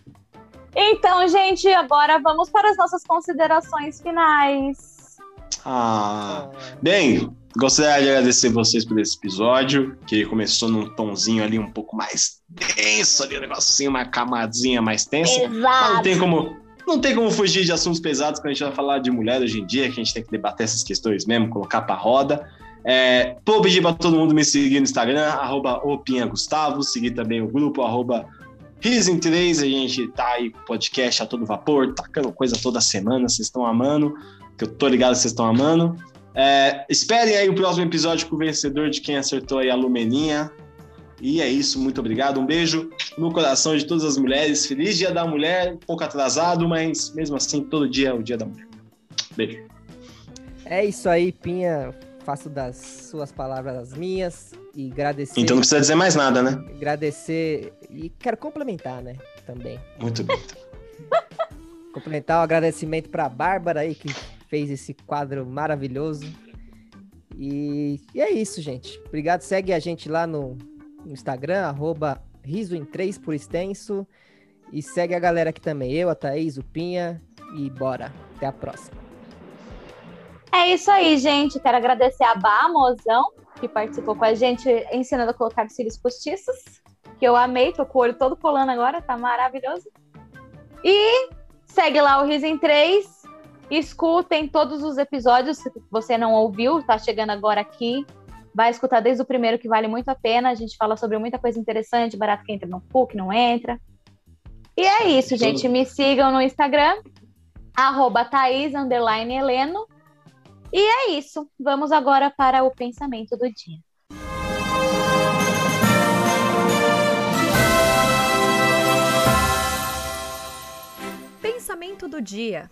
Speaker 1: Então, gente, agora vamos para as nossas considerações finais.
Speaker 3: Ah. Bem, gostaria de agradecer vocês por esse episódio, que começou num tomzinho ali um pouco mais denso, ali um negocinho, uma camadinha mais tensa. Mas não
Speaker 5: Exato.
Speaker 3: tem como, não tem como fugir de assuntos pesados quando a gente vai falar de mulher hoje em dia, que a gente tem que debater essas questões mesmo, colocar pra roda. É, vou pedir pra todo mundo me seguir no Instagram, arroba opinhagustavo, seguir também o grupo, arroba Risen3, a gente tá aí com o podcast a todo vapor, tacando coisa toda semana, vocês estão amando, que eu tô ligado que vocês estão amando. É, esperem aí o próximo episódio com o vencedor de quem acertou aí a Lumeninha. E é isso, muito obrigado. Um beijo no coração de todas as mulheres. Feliz Dia da Mulher, um pouco atrasado, mas mesmo assim, todo dia é o Dia da Mulher. Beijo.
Speaker 4: É isso aí, Pinha. Faço das suas palavras as minhas e agradecer.
Speaker 3: Então não precisa dizer mais nada, né?
Speaker 4: Agradecer e quero complementar, né? Também.
Speaker 3: Muito bem.
Speaker 4: Complementar o agradecimento para Bárbara aí que fez esse quadro maravilhoso. E, e é isso, gente. Obrigado. Segue a gente lá no, no Instagram, arroba riso em 3 por extenso. E segue a galera aqui também. Eu, a Thaís, o Pinha. E bora. Até a próxima.
Speaker 1: É isso aí, gente. Quero agradecer a Bá Mozão, que participou com a gente ensinando a colocar cílios postiços, que eu amei, tô com o olho todo colando agora, tá maravilhoso. E segue lá o Risen 3. Escutem todos os episódios, se você não ouviu, tá chegando agora aqui. Vai escutar desde o primeiro, que vale muito a pena. A gente fala sobre muita coisa interessante, barato que entra no PUC, não entra. E é isso, gente. Me sigam no Instagram, arroba Thaís, underline Heleno. É isso. Vamos agora para o pensamento do dia.
Speaker 2: Pensamento do dia.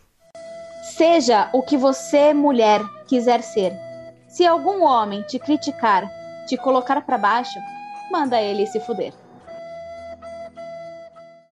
Speaker 1: Seja o que você, mulher, quiser ser. Se algum homem te criticar, te colocar para baixo, manda ele se fuder.